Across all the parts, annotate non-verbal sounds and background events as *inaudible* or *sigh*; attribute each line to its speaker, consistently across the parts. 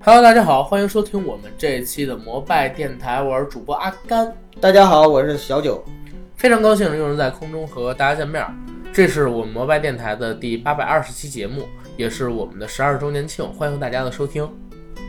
Speaker 1: Hello，大家好，欢迎收听我们这一期的摩拜电台，我是主播阿甘，
Speaker 2: 大家好，我是小九。
Speaker 1: 非常高兴又能在空中和大家见面儿。这是我们摩拜电台的第八百二十期节目，也是我们的十二周年庆，欢迎大家的收听。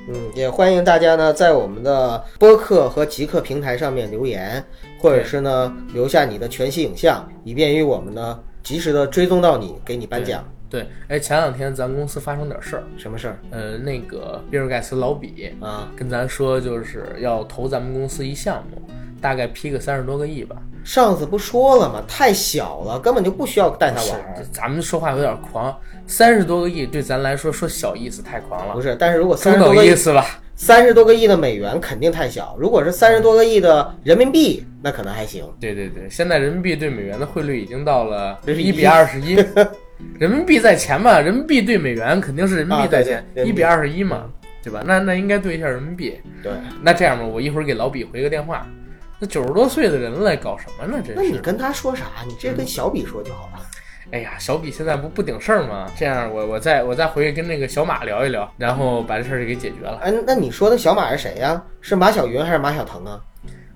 Speaker 2: 嗯，也欢迎大家呢在我们的播客和极客平台上面留言，或者是呢留下你的全息影像，以便于我们呢及时的追踪到你，给你颁奖。
Speaker 1: 对，哎，前两天咱公司发生点事儿，
Speaker 2: 什么事儿
Speaker 1: 呃，那个比尔盖茨老比
Speaker 2: 啊？
Speaker 1: 跟咱说，就是要投咱们公司一项目，大概批个三十多个亿吧。
Speaker 2: 上次不说了吗？太小了，根本就不需要带他玩儿。
Speaker 1: 是哎咱们说话有点狂，三十多个亿对咱来说说小意思太狂了，
Speaker 2: 不是，但是如果
Speaker 1: 中
Speaker 2: 三十多
Speaker 1: 等
Speaker 2: 个
Speaker 1: 意
Speaker 2: 亿，
Speaker 1: 思吧？
Speaker 2: 三十多个亿的美元肯定太小。如果是三十多个亿的人民币，那可能还行。
Speaker 1: 对对对，现在人民币对美元的汇率已经到了
Speaker 2: 这是
Speaker 1: 一
Speaker 2: 一
Speaker 1: 比二十
Speaker 2: *laughs*
Speaker 1: 一，人民币在前嘛，人民币对美元肯定是人民币在前
Speaker 2: 啊，对对
Speaker 1: 一
Speaker 2: 人民
Speaker 1: 比
Speaker 2: 币
Speaker 1: 二十一嘛，对吧？那那应该对一下人民币。
Speaker 2: 对，
Speaker 1: 那这样吧，我一会儿给老比回个电话。那九十多岁的人了，搞什么呢？
Speaker 2: 那
Speaker 1: 真
Speaker 2: 你
Speaker 1: 是，
Speaker 2: 跟他说啥？你直接跟小比说就好了。
Speaker 1: 哎呀，小比现在不不顶事儿吗？这样我我再我再回去跟那个小马聊一聊，然后把这事儿给解决了。
Speaker 2: 哎，那你说的小马是谁呀、是马小云还是马小腾啊？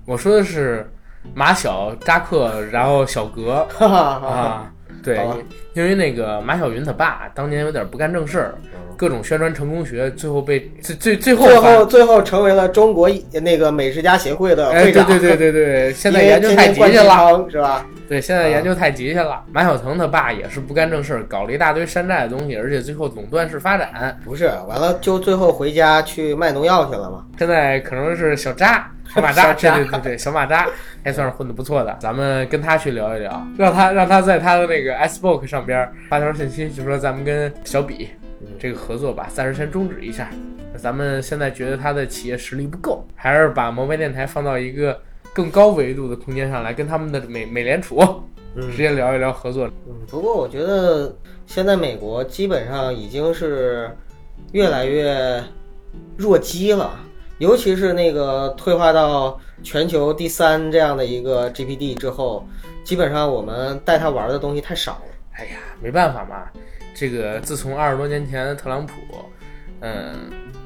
Speaker 1: 我说的是马晓、扎克，然后小格
Speaker 2: 哈哈哈！
Speaker 1: 啊，对
Speaker 2: 好吧，
Speaker 1: 因为那个马晓云他爸当年有点不干正事儿，各种宣传成功学，最后被最最最后
Speaker 2: 嗯最
Speaker 1: 发
Speaker 2: 后最后成为了中国那个美食家协会的
Speaker 1: 哎，对
Speaker 2: 会长。
Speaker 1: 对对
Speaker 2: *laughs*
Speaker 1: 对对，现在研究太急
Speaker 2: 因为天
Speaker 1: 切
Speaker 2: 天灌鸡
Speaker 1: 了，
Speaker 2: 汤是吧？
Speaker 1: 对，现在
Speaker 2: 啊
Speaker 1: 研究太急切了。马晓腾他爸也是不干正事儿，搞了一大堆山寨的东西，而且最后垄断式发展，
Speaker 2: 不是，完了就最后回家去卖农药去了嘛。
Speaker 1: 现在可能是小扎。小马扎，
Speaker 2: 小
Speaker 1: 对
Speaker 2: 扎
Speaker 1: 对对对，小马扎还算是混得不错的。咱们跟他去聊一聊，让他让他在他的那个 Xbox 上边发条信息，就说咱们跟小比这个合作吧，暂时先终止一下。咱们现在觉得他的企业实力不够，还是把摩拜电台放到一个更高维度的空间上来，跟他们的美美联储直接聊一聊合作。
Speaker 2: 嗯，不过我觉得现在美国基本上已经是越来越弱鸡了，尤其是那个退化到全球第三这样的一个 GPD 之后，基本上我们带他玩的东西太少了。
Speaker 1: 哎呀，没办法嘛，这个自从二十多年前特朗普，嗯，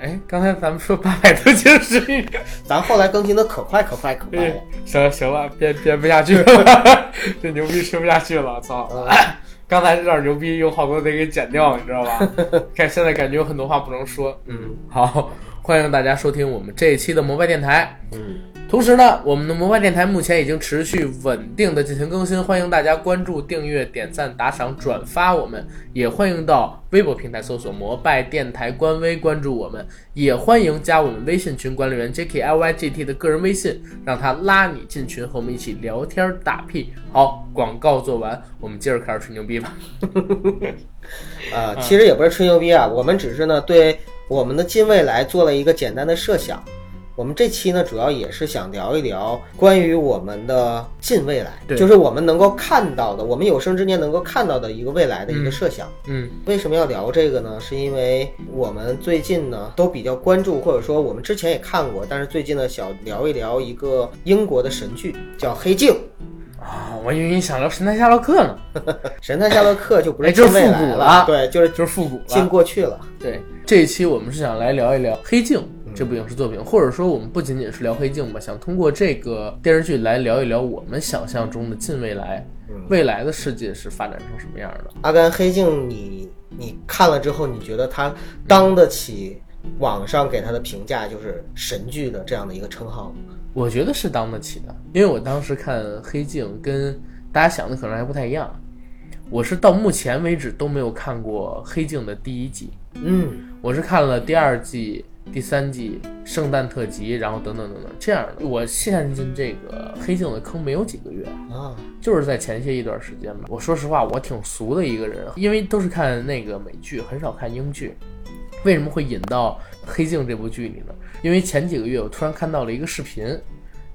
Speaker 1: 哎，刚才咱们说八百多斤是一个。
Speaker 2: 咱后来更新的可快可快可快了
Speaker 1: 对。，行行了，编编不下去了， *laughs* 这牛逼吃不下去了，操！刚才这段牛逼有好多得给剪掉，你知道吧？看现在感觉有很多话不能说。嗯，好，欢迎大家收听我们这一期的摩拜电台。
Speaker 2: 嗯，
Speaker 1: 同时呢，我们的摩拜电台目前已经持续稳定的进行更新，欢迎大家关注、订阅、点赞、打赏、转发我们，也欢迎到微博平台搜索“摩拜电台”官微关注我们，也欢迎加我们微信群管理员 JKLYGT 的个人微信，让他拉你进群和我们一起聊天打屁。好，广告做完，我们接着开始吹牛逼吧。
Speaker 2: 啊，其实也不是吹牛逼啊，我们只是呢对我们的近未来做了一个简单的设想。我们这期呢，主要也是想聊一聊关于我们的近未来，
Speaker 1: 对
Speaker 2: 就是我们能够看到的，我们有生之年能够看到的一个未来的一个设想。
Speaker 1: 嗯，
Speaker 2: 为什么要聊这个呢？是因为我们最近呢都比较关注，或者说我们之前也看过，但是最近呢想聊一聊一个英国的神剧，叫《黑镜》。
Speaker 1: 啊、我以为你想聊神探夏洛克呢，
Speaker 2: 神探夏洛克就不
Speaker 1: 哎
Speaker 2: 是
Speaker 1: 这
Speaker 2: 近
Speaker 1: 是
Speaker 2: 未
Speaker 1: 复古
Speaker 2: 来
Speaker 1: 了
Speaker 2: 对，就是
Speaker 1: 就是复古了。
Speaker 2: 进过去了。
Speaker 1: 对，这一期我们是想来聊一聊《黑镜》这部影视作品，或者说我们不仅仅是聊《黑镜》吧，想通过这个电视剧来聊一聊我们想象中的近未来，未来的世界是发展成什么样的？
Speaker 2: 阿甘黑镜你，你看了之后，你觉得它当得起网上给它的评价就是神剧的这样的一个称号吗？
Speaker 1: 我觉得是当得起的，因为我当时看《黑镜》跟大家想的可能还不太一样，我是到目前为止都没有看过《黑镜》的第一季，
Speaker 2: 嗯，
Speaker 1: 我是看了第二季、第三季、圣诞特辑，然后等等等等这样的。我陷进这个黑镜的坑没有几个月，
Speaker 2: 啊，
Speaker 1: 就是在前些一段时间吧。我说实话，我挺俗的一个人，因为都是看那个美剧，很少看英剧。为什么会引到《黑镜》这部剧里呢？因为前几个月我突然看到了一个视频，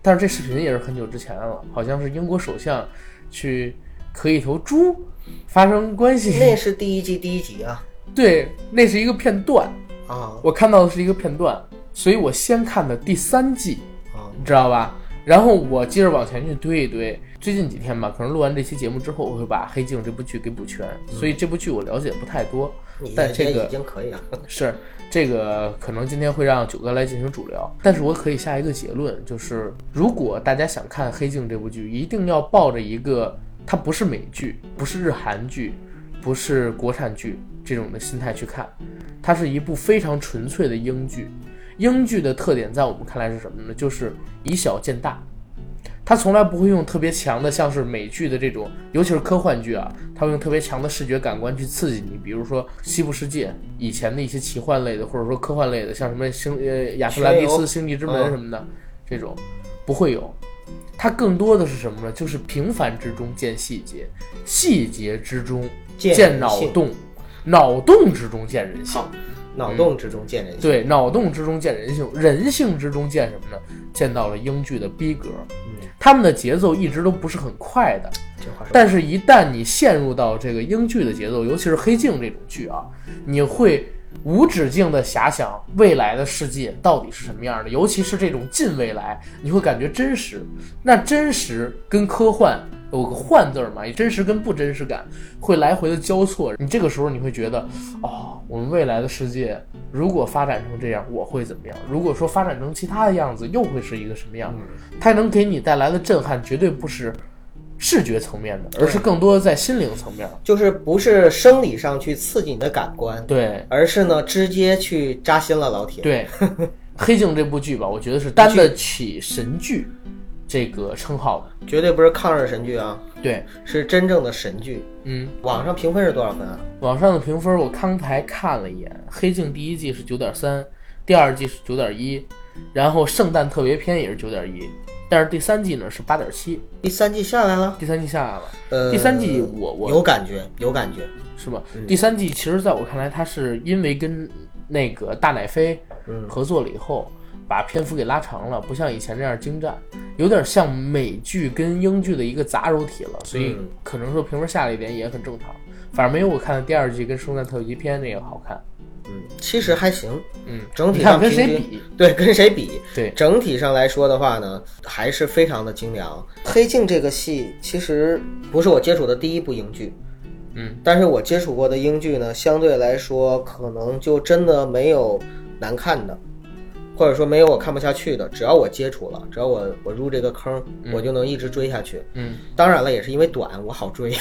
Speaker 1: 但是这视频也是很久之前了，好像是英国首相去和一头猪发生关系。
Speaker 2: 那是第一季第一集啊
Speaker 1: 对，那是一个片段，
Speaker 2: 啊
Speaker 1: 我看到的是一个片段，所以我先看的第三季，
Speaker 2: 啊！
Speaker 1: 你知道吧？然后我接着往前去堆一堆。最近几天吧，可能录完这期节目之后，我会把《黑镜》这部剧给补全，所以这部剧我了解不太多。
Speaker 2: 你
Speaker 1: 但
Speaker 2: 这
Speaker 1: 这个 *laughs*
Speaker 2: 已经可以了。
Speaker 1: 是，这个可能今天会让九哥来进行主聊，但是我可以下一个结论，就是如果大家想看《黑镜》这部剧，一定要抱着一个它不是美剧，不是日韩剧，不是国产剧这种的心态去看，它是一部非常纯粹的英剧。英剧的特点在我们看来是什么呢？就是以小见大，它从来不会用特别强的，像是美剧的这种，尤其是科幻剧啊，它会用特别强的视觉感官去刺激你。比如说《西部世界》以前的一些奇幻类的，或者说科幻类的，像什么星呃亚特兰蒂
Speaker 2: 全
Speaker 1: 斯
Speaker 2: 游
Speaker 1: 星际之门什么的，这种不会有。它更多的是什么呢？就是平凡之中见细节，细节之中
Speaker 2: 见
Speaker 1: 见
Speaker 2: 人
Speaker 1: 脑
Speaker 2: 性
Speaker 1: 洞，脑洞之中见人性。
Speaker 2: 脑洞之中见人性。
Speaker 1: 对，脑洞之中见人性，人性之中见什么呢？见到了英剧的逼格。
Speaker 2: 嗯，
Speaker 1: 他们的节奏一直都不是很快的，
Speaker 2: 这话说，
Speaker 1: 但是，一旦你陷入到这个英剧的节奏，尤其是《黑镜》这种剧啊，你会无止境的遐想未来的世界到底是什么样的，尤其是这种近未来，你会感觉真实。那真实跟科幻有个幻字儿嘛，真实跟不真实感会来回的交错。你这个时候你会觉得，哦，我们未来的世界如果发展成这样，我会怎么样？如果说发展成其他的样子，又会是一个什么样？它能给你带来的震撼，绝对不是视觉层面的，而是更多的在心灵层面。
Speaker 2: 就是不是生理上去刺激你的感官， *laughs*
Speaker 1: 对
Speaker 2: 而是呢直接去扎心了，老铁。
Speaker 1: 对，《黑镜》这部剧吧，我觉得是担得起神剧这个称号的。
Speaker 2: 绝对不是抗日神剧啊，
Speaker 1: 对，
Speaker 2: 是真正的神剧。
Speaker 1: 嗯，
Speaker 2: 网上评分是多少分啊？
Speaker 1: 网上的评分我刚才看了一眼，《黑镜》第一季是九点三，第二季是九点一，然后圣诞特别篇也是九点一，但是第三季呢是八点七，
Speaker 2: 第三季下来了，
Speaker 1: 第三季下来了。
Speaker 2: 呃，
Speaker 1: 第三季我我
Speaker 2: 有感觉，有感觉。
Speaker 1: 是吧？
Speaker 2: 嗯
Speaker 1: 第三季其实在我看来，它是因为跟那个大奶飞
Speaker 2: 嗯
Speaker 1: 合作了以后，把篇幅给拉长了，不像以前这样精湛，有点像美剧跟英剧的一个杂糅体了，所以
Speaker 2: 嗯
Speaker 1: 可能说评分下来一点也很正常。反正没有我看的第二季跟《圣诞特辑篇》那个好看。
Speaker 2: 嗯，其实还行。
Speaker 1: 嗯，
Speaker 2: 整体
Speaker 1: 你看
Speaker 2: 上
Speaker 1: 跟谁
Speaker 2: 平均
Speaker 1: 比？
Speaker 2: 对，跟谁比？
Speaker 1: 对，
Speaker 2: 整体上来说的话呢，还是非常的精良。黑镜这个戏其实不是我接触的第一部英剧，
Speaker 1: 嗯，
Speaker 2: 但是我接触过的英剧呢，相对来说可能就真的没有难看的，或者说没有我看不下去的。只要我接触了，只要我我入这个坑，我就能一直追下去。
Speaker 1: 嗯，
Speaker 2: 当然了，也是因为短，我好追。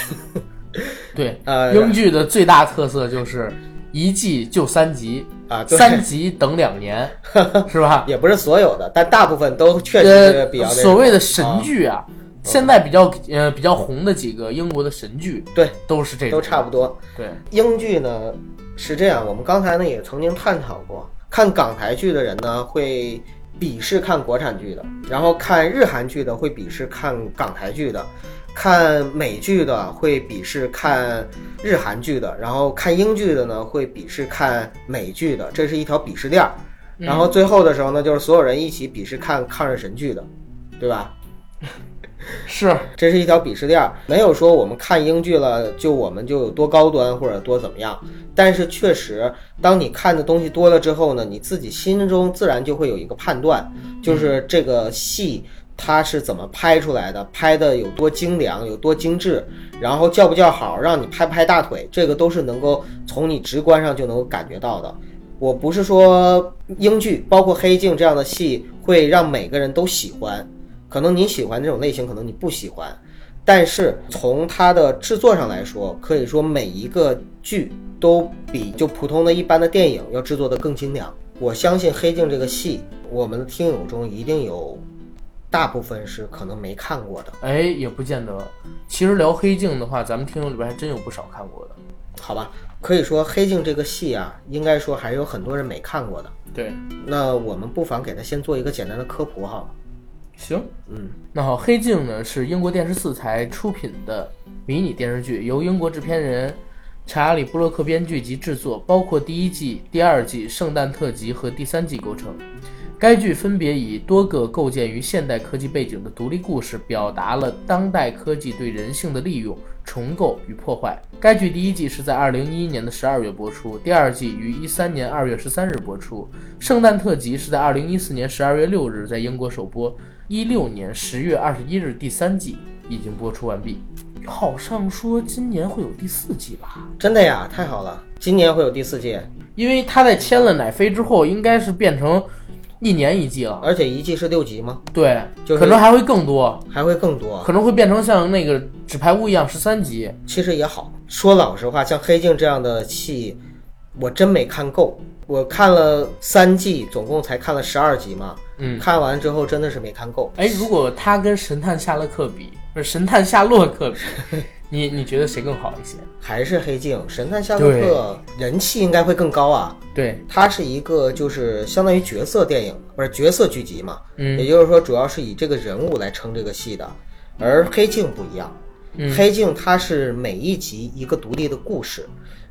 Speaker 2: *laughs*
Speaker 1: 对，
Speaker 2: 呃
Speaker 1: 英剧的最大特色就是一季就三集，
Speaker 2: 啊，对，
Speaker 1: 三集等两年，
Speaker 2: *laughs*
Speaker 1: 是吧？
Speaker 2: 也不是所有的，但大部分都确实是比较
Speaker 1: 呃，
Speaker 2: 那种嗯
Speaker 1: 所谓的神剧啊，现在比较呃比较红的几个英国的神剧
Speaker 2: 对，
Speaker 1: 都是这种，
Speaker 2: 都差不多。
Speaker 1: 对，
Speaker 2: 英剧呢是这样，我们刚才呢也曾经探讨过，看港台剧的人呢会鄙视看国产剧的，然后看日韩剧的会鄙视看港台剧的，看美剧的会鄙视看日韩剧的，然后看英剧的呢会鄙视看美剧的，这是一条鄙视链儿。然后最后的时候呢，就是所有人一起鄙视看抗日神剧的，对吧？
Speaker 1: 是
Speaker 2: 这是一条鄙视链，儿，没有说我们看英剧了，就我们就有多高端或者多怎么样。但是确实，当你看的东西多了之后呢，你自己心中自然就会有一个判断，就是这个戏它是怎么拍出来的，拍的有多精良，有多精致，然后叫不叫好，让你拍不拍大腿，这个都是能够从你直观上就能够感觉到的。我不是说英剧，包括《黑镜》这样的戏会让每个人都喜欢，可能你喜欢这种类型，可能你不喜欢。但是从它的制作上来说，可以说每一个剧都比就普通的一般的电影要制作的更精良。我相信《黑镜》这个戏，我们的听友中一定有大部分是可能没看过的，
Speaker 1: 哎也不见得。其实聊黑镜的话，咱们听友里边还真有不少看过的，
Speaker 2: 好吧？可以说，《黑镜》这个戏啊，应该说还有很多人没看过的。
Speaker 1: 对，
Speaker 2: 那我们不妨给他先做一个简单的科普好了。
Speaker 1: 行。
Speaker 2: 嗯，
Speaker 1: 那好，《黑镜呢》是英国电视四台出品的迷你电视剧，由英国制片人查理·布洛克编剧及制作，包括第一季、第二季、圣诞特辑和第三季构成。该剧分别以多个构建于现代科技背景的独立故事，表达了当代科技对人性的利用、重构与破坏。该剧第一季是在二零一一年的十二月播出，第二季于一三年二月十三日播出，圣诞特辑是在二零一四年十二月六日在英国首播，一六年十月二十一日第三季已经播出完毕。好像说今年会有第四季吧？
Speaker 2: 真的呀，太好了！今年会有第四届，
Speaker 1: 因为他在签了奶飞之后，应该是变成一年一季了，
Speaker 2: 而且一季是六级嘛，
Speaker 1: 对，
Speaker 2: 就是
Speaker 1: 可能还会更多，
Speaker 2: 还会更多。
Speaker 1: 可能会变成像那个纸牌屋一样十三集。
Speaker 2: 其实也好说老实话，像《黑镜》这样的戏，我真没看够。我看了三季，总共才看了十二集嘛。
Speaker 1: 嗯，
Speaker 2: 看完之后真的是没看够。
Speaker 1: 哎，如果他跟神探夏洛克比，不是神探夏洛克比， *laughs* 你你觉得谁更好一些？
Speaker 2: 还是《黑镜》《神探夏洛克》人气应该会更高啊。
Speaker 1: 对，
Speaker 2: 它是一个就是相当于角色电影，不是角色剧集嘛。
Speaker 1: 嗯
Speaker 2: 也就是说，主要是以这个人物来撑这个戏的。而《黑镜》不一样，
Speaker 1: 嗯
Speaker 2: 黑镜》它是每一集一个独立的故事，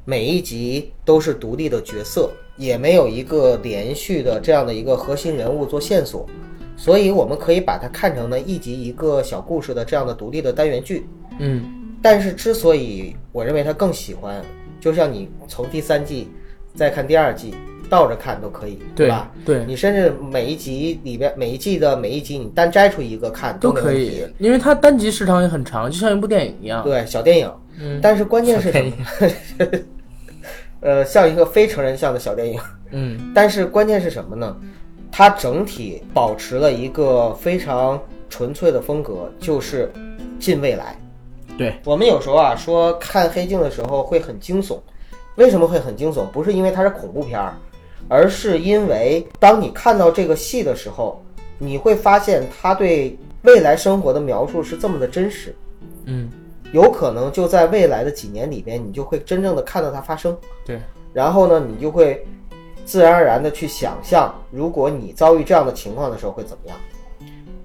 Speaker 2: 每一集都是独立的角色，也没有一个连续的这样的一个核心人物做线索，所以我们可以把它看成呢一集一个小故事的这样的独立的单元剧。
Speaker 1: 嗯，
Speaker 2: 但是之所以我认为它更喜欢，就像你从第三季再看第二季倒着看都可以，
Speaker 1: 对
Speaker 2: 吧？
Speaker 1: 对
Speaker 2: 你甚至每一集里边每一季的每一集你单摘出一个看
Speaker 1: 都
Speaker 2: 没
Speaker 1: 可
Speaker 2: 问
Speaker 1: 以
Speaker 2: 题。，
Speaker 1: 因为它单集时长也很长，就像一部电影一样。
Speaker 2: 对，小电影。
Speaker 1: 嗯
Speaker 2: 但是关键是什么？ *laughs* 呃，像一个非成人向的小电影。
Speaker 1: 嗯，
Speaker 2: 但是关键是什么呢？它整体保持了一个非常纯粹的风格，就是近未来。
Speaker 1: 对，
Speaker 2: 我们有时候啊说看《黑镜》的时候会很惊悚，为什么会很惊悚？不是因为它是恐怖片儿，而是因为当你看到这个戏的时候，你会发现它对未来生活的描述是这么的真实。
Speaker 1: 嗯，
Speaker 2: 有可能就在未来的几年里边，你就会真正的看到它发生。
Speaker 1: 对，
Speaker 2: 然后呢，你就会自然而然的去想象，如果你遭遇这样的情况的时候会怎么样。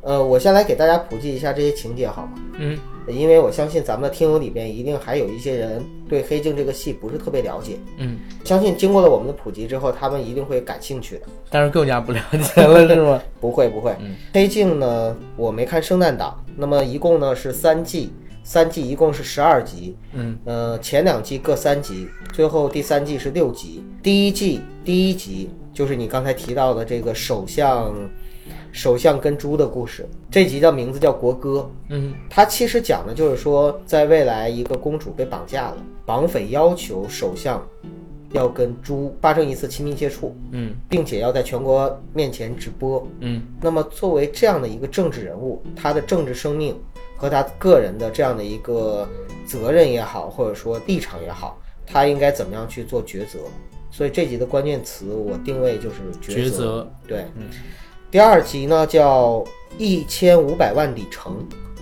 Speaker 2: 呃，我先来给大家普及一下这些情节好吗？
Speaker 1: 嗯，
Speaker 2: 因为我相信咱们的听友里边一定还有一些人对《黑镜》这个戏不是特别了解，
Speaker 1: 嗯，
Speaker 2: 相信经过了我们的普及之后，他们一定会感兴趣的。
Speaker 1: 但是更加不了解了，是吗？
Speaker 2: 不会不会，
Speaker 1: 嗯
Speaker 2: 黑镜呢，我没看圣诞档，那么一共呢是三季，三季一共是十二集，
Speaker 1: 嗯，
Speaker 2: 呃，前两季各三集，最后第三季是六集。第一季第一集就是你刚才提到的这个首相，首相跟猪的故事，这集叫名字叫国歌，
Speaker 1: *laughs* 嗯
Speaker 2: 它其实讲的就是说，在未来一个公主被绑架了，绑匪要求首相要跟猪发生一次亲密接触，
Speaker 1: 嗯
Speaker 2: 并且要在全国面前直播。
Speaker 1: 嗯
Speaker 2: 那么，作为这样的一个政治人物，他的政治生命和他个人的这样的一个责任也好，或者说立场也好，他应该怎么样去做抉择？所以这集的关键词我定位就是
Speaker 1: 抉择。
Speaker 2: 对，
Speaker 1: 嗯
Speaker 2: 第二集呢叫《一千五百万里程》，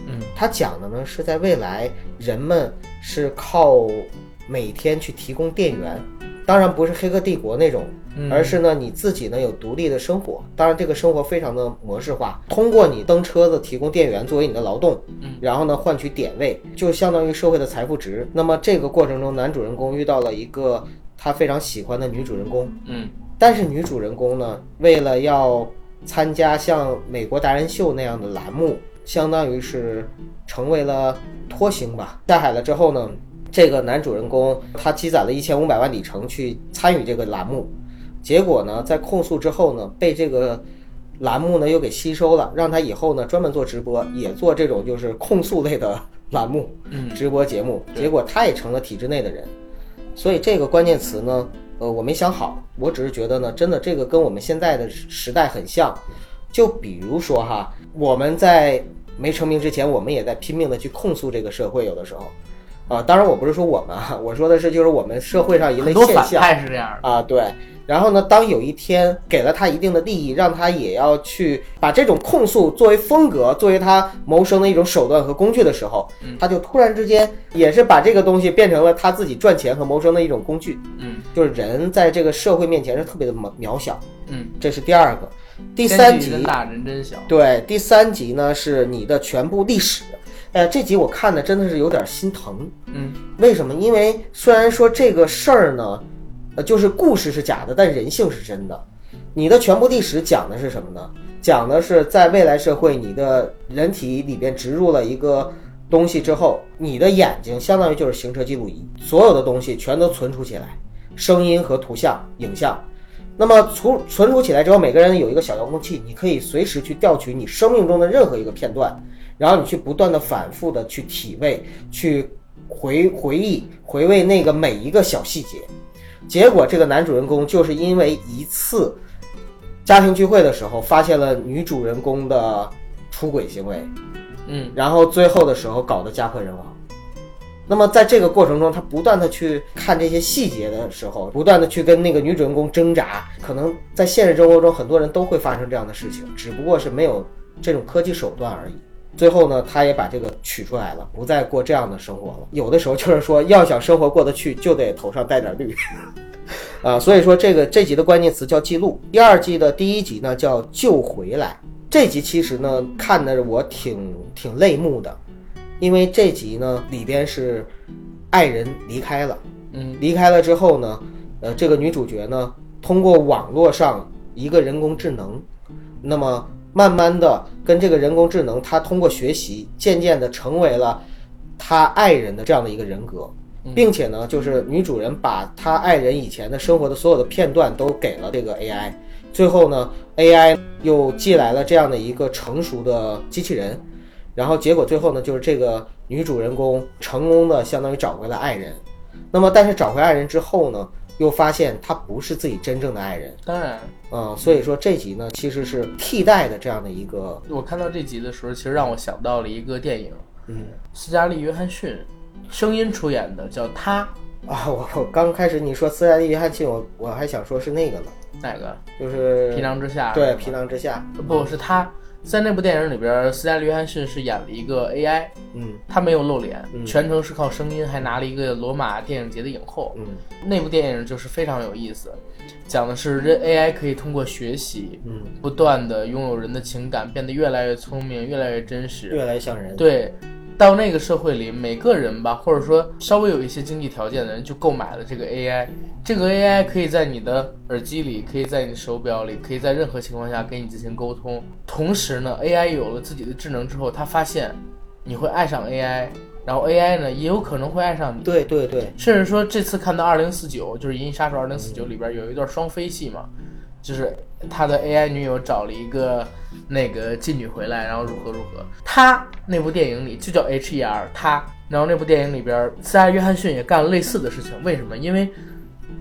Speaker 1: 嗯
Speaker 2: 它讲的呢是在未来人们是靠每天去提供电源，当然不是《黑客帝国》那种
Speaker 1: 嗯，
Speaker 2: 而是呢你自己呢有独立的生活，当然这个生活非常的模式化，通过你蹬车子提供电源作为你的劳动，
Speaker 1: 嗯
Speaker 2: 然后呢换取点位，就相当于社会的财富值。那么这个过程中，男主人公遇到了一个他非常喜欢的女主人公，
Speaker 1: 嗯
Speaker 2: 但是女主人公呢，为了要参加像美国达人秀那样的栏目，相当于是成为了拖星吧。下海了之后呢，这个男主人公他积攒了一千五百万里程去参与这个栏目，结果呢，在控诉之后呢，被这个栏目呢又给吸收了，让他以后呢专门做直播，也做这种就是控诉类的栏目。
Speaker 1: 嗯
Speaker 2: 直播节目，结果他也成了体制内的人。所以这个关键词呢，呃，我没想好，我只是觉得呢，真的这个跟我们现在的时代很像。就比如说哈，我们在没成名之前，我们也在拼命的去控诉这个社会，有的时候，啊、当然我不是说我们啊，我说的是就是我们社会上一类
Speaker 1: 很多
Speaker 2: 现
Speaker 1: 反
Speaker 2: 象。
Speaker 1: 派是这样的。
Speaker 2: 啊，对。然后呢，当有一天给了他一定的利益，让他也要去把这种控诉作为风格，作为他谋生的一种手段和工具的时候，
Speaker 1: 嗯
Speaker 2: 他就突然之间也是把这个东西变成了他自己赚钱和谋生的一种工具。
Speaker 1: 嗯
Speaker 2: 就是人在这个社会面前是特别的渺渺小，
Speaker 1: 嗯，
Speaker 2: 这是第二个。第三
Speaker 1: 天地真
Speaker 2: 集，
Speaker 1: 大人真小。
Speaker 2: 对，第三集呢是你的全部历史。哎，这集我看的真的是有点心疼。
Speaker 1: 嗯
Speaker 2: 为什么？因为虽然说这个事儿呢，呃，就是故事是假的，但人性是真的。你的全部历史讲的是什么呢？讲的是在未来社会，你的人体里边植入了一个东西之后，你的眼睛相当于就是行车记录仪，所有的东西全都存储起来，声音和图像、影像。那么存存储起来之后，每个人有一个小遥控器，你可以随时去调取你生命中的任何一个片段，然后你去不断的反复的去体味，去回回忆、回味那个每一个小细节。结果这个男主人公就是因为一次家庭聚会的时候发现了女主人公的出轨行为，
Speaker 1: 嗯，
Speaker 2: 然后最后的时候搞得家破人亡。那么在这个过程中，他不断的去看这些细节的时候，不断的去跟那个女主人公挣扎。可能在现实生活中，很多人都会发生这样的事情，只不过是没有这种科技手段而已。最后呢，他也把这个取出来了，不再过这样的生活了。有的时候就是说，要想生活过得去，就得头上带点绿。啊，所以说这个这集的关键词叫记录，第二季的第一集呢叫救回来。这集其实呢看的我挺挺泪目的，因为这集呢里边是爱人离开了，
Speaker 1: 嗯，
Speaker 2: 离开了之后呢，呃，这个女主角呢通过网络上一个人工智能，那么慢慢的跟这个人工智能，她通过学习，渐渐的成为了她爱人的这样的一个人格，并且呢，就是女主人把她爱人以前的生活的所有的片段都给了这个 AI，最后呢，AI 又寄来了这样的一个成熟的机器人，然后结果最后呢，就是这个女主人公成功的相当于找回了爱人，那么但是找回爱人之后呢，又发现她不是自己真正的爱人。
Speaker 1: 当然，
Speaker 2: 嗯，所以说这集呢其实是替代的这样的一个，
Speaker 1: 我看到这集的时候，其实让我想到了一个电影，
Speaker 2: 嗯
Speaker 1: 斯嘉丽·约翰逊声音出演的，叫她
Speaker 2: 啊，我我刚开始你说斯嘉丽约翰逊，我我还想说是那个呢，
Speaker 1: 哪个？
Speaker 2: 就
Speaker 1: 皮
Speaker 2: 是
Speaker 1: 囊之下。
Speaker 2: 呃对皮囊之下，
Speaker 1: 不是她，在那部电影里边，斯嘉丽·约翰逊是演了一个 AI，
Speaker 2: 嗯
Speaker 1: 她没有露脸，
Speaker 2: 嗯
Speaker 1: 全程是靠声音，还拿了一个罗马电影节的影后。
Speaker 2: 嗯
Speaker 1: 那部电影就是非常有意思，讲的是人 AI 可以通过学习，
Speaker 2: 嗯，
Speaker 1: 不断的拥有人的情感，变得越来越聪明，越来越真实。
Speaker 2: 越来越像人，
Speaker 1: 对，到那个社会里，每个人吧，或者说稍微有一些经济条件的人，就购买了这个 AI。这个 AI 可以在你的耳机里，可以在你手表里，可以在任何情况下跟你进行沟通。同时呢，AI 有了自己的智能之后，它发现你会爱上 AI，然后 AI 呢也有可能会爱上你。
Speaker 2: 对对对，
Speaker 1: 甚至说这次看到二零四九，就是《银翼杀手二零四九》里边有一段双飞戏嘛，就是他的 AI 女友找了一个那个妓女回来，然后如何如何。他那部电影里就叫 HER，他。然后那部电影里边，斯嘉丽·约翰逊也干了类似的事情。为什么？因为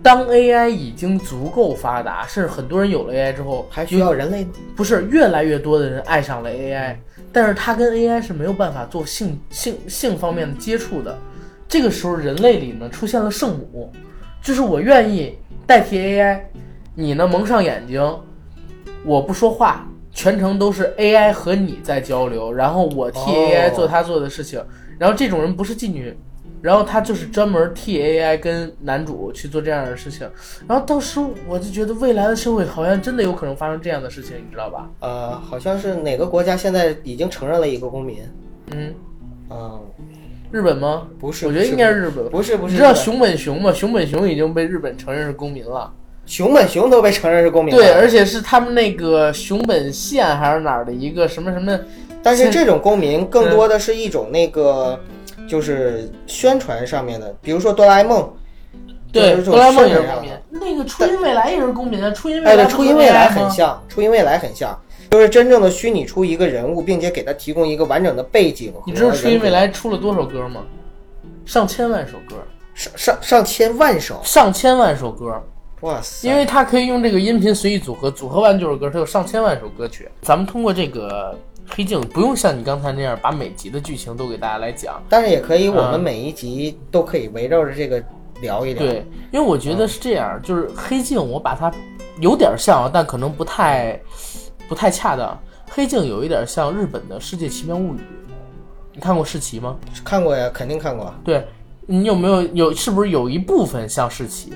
Speaker 1: 当 AI 已经足够发达，甚至很多人有了 AI 之后，
Speaker 2: 还需要人类吗？
Speaker 1: 不是越来越多的人爱上了 AI，但是他跟 AI 是没有办法做性性性方面的接触的。这个时候，人类里呢出现了圣母，就是我愿意代替 AI，你呢蒙上眼睛，我不说话，全程都是 AI 和你在交流，然后我替
Speaker 2: 哦
Speaker 1: AI 做他做的事情。然后这种人不是妓女，然后他就是专门替 AI 跟男主去做这样的事情。然后到时候我就觉得未来的社会好像真的有可能发生这样的事情，你知道吧？
Speaker 2: 呃，好像是哪个国家现在已经承认了一个公民，
Speaker 1: 嗯，
Speaker 2: 嗯，
Speaker 1: 日本吗？
Speaker 2: 不是
Speaker 1: 我觉得
Speaker 2: 不是
Speaker 1: 应该是日本。
Speaker 2: 不是不是
Speaker 1: 你知道
Speaker 2: 日本
Speaker 1: 熊本熊吗？熊本熊已经被日本承认是公民了。
Speaker 2: 熊本熊都被承认是公民了，
Speaker 1: 对，而且是他们那个熊本县还是哪儿的一个什么什么，
Speaker 2: 但是这种公民更多的是一种那个，
Speaker 1: 嗯
Speaker 2: 就是宣传上面的，比如说哆啦 A 梦，就
Speaker 1: 对，
Speaker 2: 是这种
Speaker 1: 哆啦 A 梦也是
Speaker 2: 宣传
Speaker 1: 公民
Speaker 2: 上的。，
Speaker 1: 那个初音未来也是公民啊，初音未
Speaker 2: 哎，
Speaker 1: 来
Speaker 2: 对，
Speaker 1: 不是啊
Speaker 2: 初音未来
Speaker 1: AI
Speaker 2: 很
Speaker 1: 吗
Speaker 2: 像，初音未来很像，就是真正的虚拟出一个人物，并且给他提供一个完整的背景和人格。
Speaker 1: 你知道初音未来出了多少歌吗？上千万首歌，
Speaker 2: 上上上千万首，
Speaker 1: 上千万首歌。
Speaker 2: 哇塞！
Speaker 1: 因为它可以用这个音频随意组合，组合完就是歌，它有上千万首歌曲。咱们通过这个黑镜，不用像你刚才那样把每集的剧情都给大家来讲，
Speaker 2: 但是也可以，我们
Speaker 1: 嗯
Speaker 2: 每一集都可以围绕着这个聊一聊。
Speaker 1: 对，因为我觉得是这样，就是黑镜，我把它有点像，但可能不太不太恰当。黑镜有一点像日本的《世界奇妙物语》，你看过世奇吗？
Speaker 2: 看过呀，肯定看过。
Speaker 1: 对，你有没有有是不是有一部分像世奇？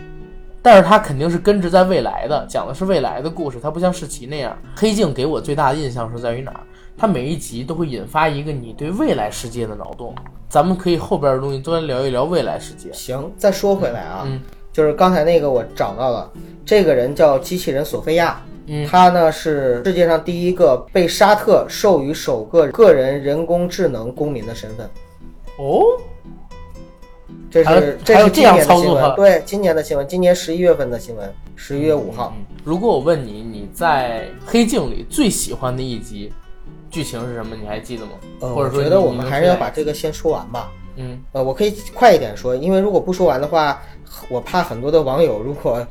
Speaker 1: 但是它肯定是根植在未来的，讲的是未来的故事，它不像世奇那样。黑镜给我最大的印象是在于哪儿？它每一集都会引发一个你对未来世界的脑洞。咱们可以后边的东西多聊一聊未来世界。
Speaker 2: 行，再说回来啊，
Speaker 1: 嗯
Speaker 2: 就是刚才那个我找到了，这个人叫机器人索菲亚，
Speaker 1: 嗯
Speaker 2: 他呢是世界上第一个被沙特授予首个个人人工智能公民的身份。
Speaker 1: 哦，
Speaker 2: 这
Speaker 1: 还有
Speaker 2: 是这
Speaker 1: 还有
Speaker 2: 是
Speaker 1: 这
Speaker 2: 今
Speaker 1: 样
Speaker 2: 年的
Speaker 1: 操
Speaker 2: 新
Speaker 1: 作
Speaker 2: 闻，
Speaker 1: 法
Speaker 2: 对，今年的新闻，今年十一月份的新闻，十一月五号。
Speaker 1: 如果我问你，你在黑镜里最喜欢的一集剧情是什么？你还记得吗？
Speaker 2: 呃，
Speaker 1: 嗯或者说
Speaker 2: 我
Speaker 1: 你
Speaker 2: 觉得我
Speaker 1: 你
Speaker 2: 们
Speaker 1: 能
Speaker 2: 还是要
Speaker 1: 推荐
Speaker 2: 把这个先说完吧。
Speaker 1: 嗯，
Speaker 2: 呃，我可以快一点说，因为如果不说完的话，我怕很多的网友如果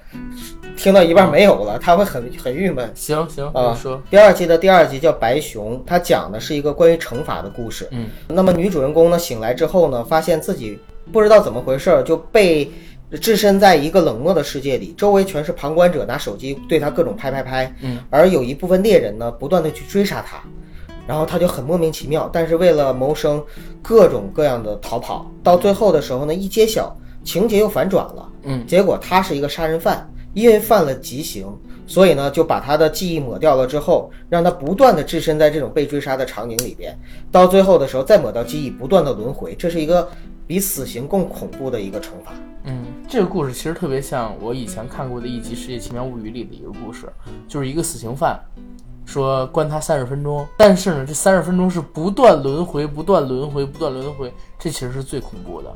Speaker 2: 听到一半没有了，他会很很郁闷。
Speaker 1: 行行，
Speaker 2: 啊
Speaker 1: 你说，
Speaker 2: 第二季的第二集叫《白熊》，它讲的是一个关于惩罚的故事。
Speaker 1: 嗯，
Speaker 2: 那么女主人公呢，醒来之后呢，发现自己不知道怎么回事儿就被置身在一个冷漠的世界里，周围全是旁观者拿手机对她各种拍拍拍。
Speaker 1: 嗯，
Speaker 2: 而有一部分猎人呢，不断的去追杀她，然后她就很莫名其妙，但是为了谋生，各种各样的逃跑。到最后的时候呢，一揭晓，情节又反转了。
Speaker 1: 嗯
Speaker 2: 结果他是一个杀人犯，因为犯了极刑，所以呢就把他的记忆抹掉了，之后让他不断的置身在这种被追杀的场景里边，到最后的时候再抹掉记忆，不断的轮回，这是一个比死刑更恐怖的一个惩罚。
Speaker 1: 嗯，这个故事其实特别像我以前看过的一集《世界奇妙物语》里的一个故事，就是一个死刑犯，说关他三十分钟，但是呢，这三十分钟是不断轮回、不断轮回、不断轮回，这其实是最恐怖的。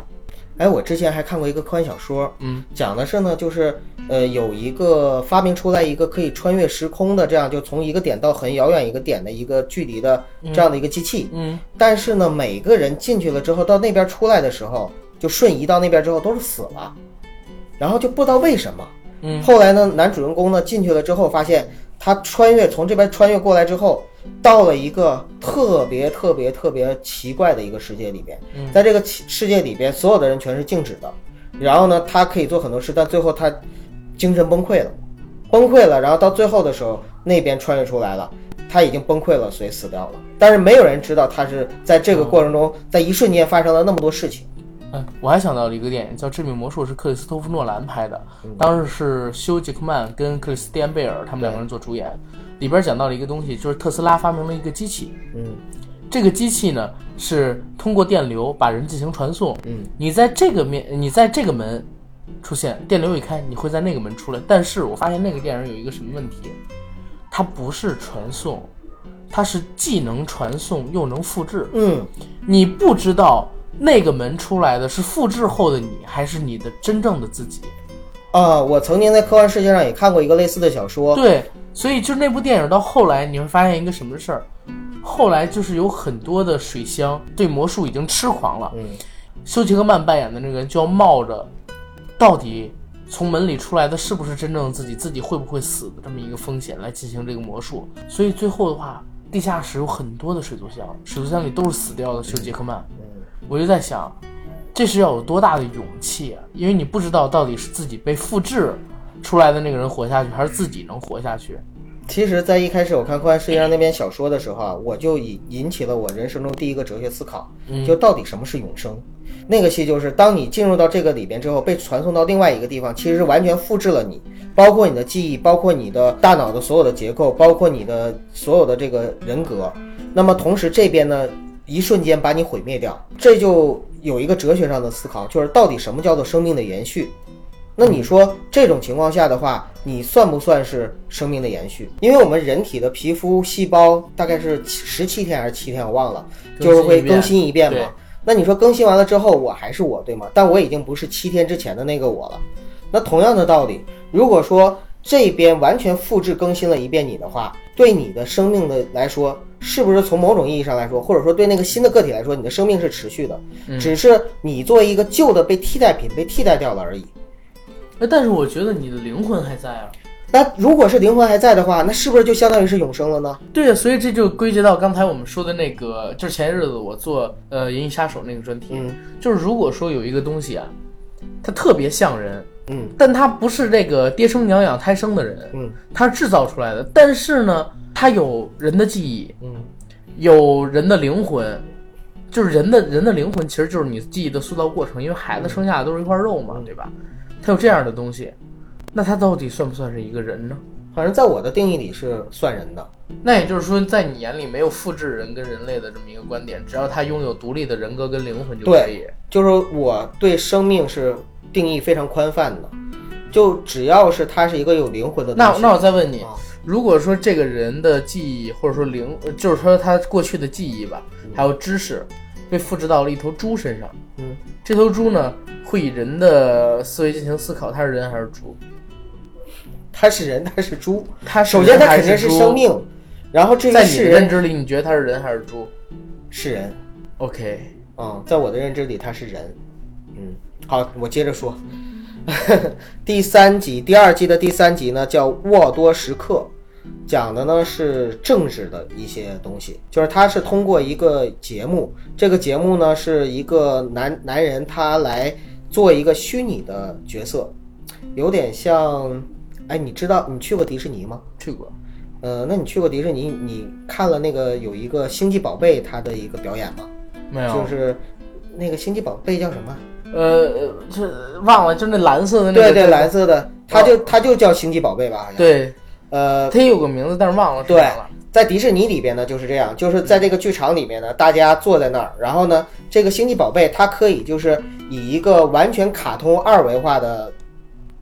Speaker 2: 哎，我之前还看过一个科幻小说，
Speaker 1: 嗯，
Speaker 2: 讲的是呢，就是呃有一个发明出来一个可以穿越时空的，这样就从一个点到很遥远一个点的一个距离的这样的一个机器，
Speaker 1: 嗯
Speaker 2: 但是呢，每个人进去了之后，到那边出来的时候，就瞬移到那边之后都是死了，然后就不知道为什么。
Speaker 1: 嗯
Speaker 2: 后来呢，男主人公呢进去了之后，发现他穿越从这边穿越过来之后，到了一个特别特别特别奇怪的一个世界里边，
Speaker 1: 嗯
Speaker 2: 在这个奇世界里边，所有的人全是静止的。然后呢，他可以做很多事，但最后他精神崩溃了，崩溃了。然后到最后的时候，那边穿越出来了，他已经崩溃了，所以死掉了。但是没有人知道他是在这个过程中，在一瞬间发生了那么多事情。
Speaker 1: 哎，我还想到了一个电影叫《致命魔术》，是克里斯托弗诺兰拍的，当时是休·杰克曼跟克里斯蒂安·贝尔他们两个人做主演，里边讲到了一个东西，就是特斯拉发明了一个机器，
Speaker 2: 嗯
Speaker 1: 这个机器呢是通过电流把人进行传送。
Speaker 2: 嗯，
Speaker 1: 你在这个面，你在这个门出现，电流一开，你会在那个门出来。但是我发现那个电影有一个什么问题，它不是传送，它是既能传送又能复制。
Speaker 2: 嗯，
Speaker 1: 你不知道那个门出来的是复制后的你，还是你的真正的自己。
Speaker 2: 啊，我曾经在科幻世界上也看过一个类似的小说。
Speaker 1: 对，所以就那部电影到后来，你会发现一个什么事儿？后来就是有很多的水乡对魔术已经痴狂了。
Speaker 2: 嗯
Speaker 1: 休·杰克曼扮演的那个人就要冒着到底从门里出来的是不是真正的自己，自己会不会死的这么一个风险来进行这个魔术。所以最后的话，地下室有很多的水族箱，水族箱里都是死掉的休·杰克曼。
Speaker 2: 嗯，
Speaker 1: 我就在想，这是要有多大的勇气啊？因为你不知道到底是自己被复制出来的那个人活下去，还是自己能活下去。
Speaker 2: 其实，在一开始我看《科幻世界上》那篇小说的时候啊，我就引引起了我人生中第一个哲学思考，就到底什么是永生。那个戏就是，当你进入到这个里边之后，被传送到另外一个地方，其实完全复制了你，包括你的记忆，包括你的大脑的所有的结构，包括你的所有的这个人格。那么同时这边呢，一瞬间把你毁灭掉，这就有一个哲学上的思考，就是到底什么叫做生命的延续？那你说这种情况下的话，你算不算是生命的延续？因为我们人体的皮肤细胞大概是十七天还是七天，我忘了，
Speaker 1: 更新一遍
Speaker 2: 就是会更新一遍嘛
Speaker 1: 对。
Speaker 2: 那你说更新完了之后，我还是我，对吗？但我已经不是七天之前的那个我了。那同样的道理，如果说这边完全复制更新了一遍你的话，对你的生命的来说，是不是从某种意义上来说，或者说对那个新的个体来说，你的生命是持续的，
Speaker 1: 嗯
Speaker 2: 只是你作为一个旧的被替代品被替代掉了而已。
Speaker 1: 哎，但是我觉得你的灵魂还在啊。
Speaker 2: 那如果是灵魂还在的话，那是不是就相当于是永生了呢？
Speaker 1: 对啊，所以这就归结到刚才我们说的那个，就是前日子我做呃《银翼杀手》那个专题，
Speaker 2: 嗯
Speaker 1: 就是如果说有一个东西啊，它特别像人，
Speaker 2: 嗯
Speaker 1: 但它不是这个爹生娘养胎生的人，
Speaker 2: 嗯
Speaker 1: 它是制造出来的，但是呢，它有人的记忆，
Speaker 2: 嗯
Speaker 1: 有人的灵魂，就是人的人的灵魂，其实就是你记忆的塑造过程，因为孩子生下来都是一块肉嘛，对吧？它有这样的东西，那它到底算不算是一个人呢？
Speaker 2: 反正在我的定义里是算人的。
Speaker 1: 那也就是说，在你眼里没有复制人跟人类的这么一个观点，只要他拥有独立的人格跟灵魂就可以。
Speaker 2: 就是我对生命是定义非常宽泛的，就只要是它是一个有灵魂的东
Speaker 1: 那
Speaker 2: 西，
Speaker 1: 那我再问你
Speaker 2: 啊，
Speaker 1: 如果说这个人的记忆或者说灵，呃就是说他过去的记忆吧，还有知识，被复制到了一头猪身上，
Speaker 2: 嗯，
Speaker 1: 这头猪呢会以人的思维进行思考，它是人还是猪？
Speaker 2: 它是人，它是猪。
Speaker 1: 它是
Speaker 2: 首先，它
Speaker 1: 人还
Speaker 2: 肯定是
Speaker 1: 猪
Speaker 2: 生，命，然后至于
Speaker 1: 在你的
Speaker 2: 是
Speaker 1: 认
Speaker 2: 人
Speaker 1: 知里，你觉得它是人还是猪
Speaker 2: 是人，
Speaker 1: ？OK，
Speaker 2: 啊、在我的认知里他是人。嗯，好，我接着说。 *laughs* 第三集，第二季的第三集呢，叫《沃多时刻》，讲的呢是政治的一些东西，就是他是通过一个节目，这个节目呢是一个男男人他来做一个虚拟的角色，有点像，哎，你知道你去过迪士尼吗？
Speaker 1: 去过，
Speaker 2: 呃，那你去过迪士尼，你看了那个有一个星际宝贝它的一个表演吗？
Speaker 1: 没有，
Speaker 2: 就是那个星际宝贝叫什么？
Speaker 1: 呃，这忘了，就那蓝色的那个，哦
Speaker 2: 对对，蓝色的，它就它就叫星际宝贝吧，好像。
Speaker 1: 对，
Speaker 2: 呃，
Speaker 1: 它有个名字，但是忘了是
Speaker 2: 对
Speaker 1: 啥了。
Speaker 2: 在迪士尼里边呢就是这样，就是在这个剧场里面呢，大家坐在那儿，然后呢，这个星际宝贝它可以就是以一个完全卡通二维化的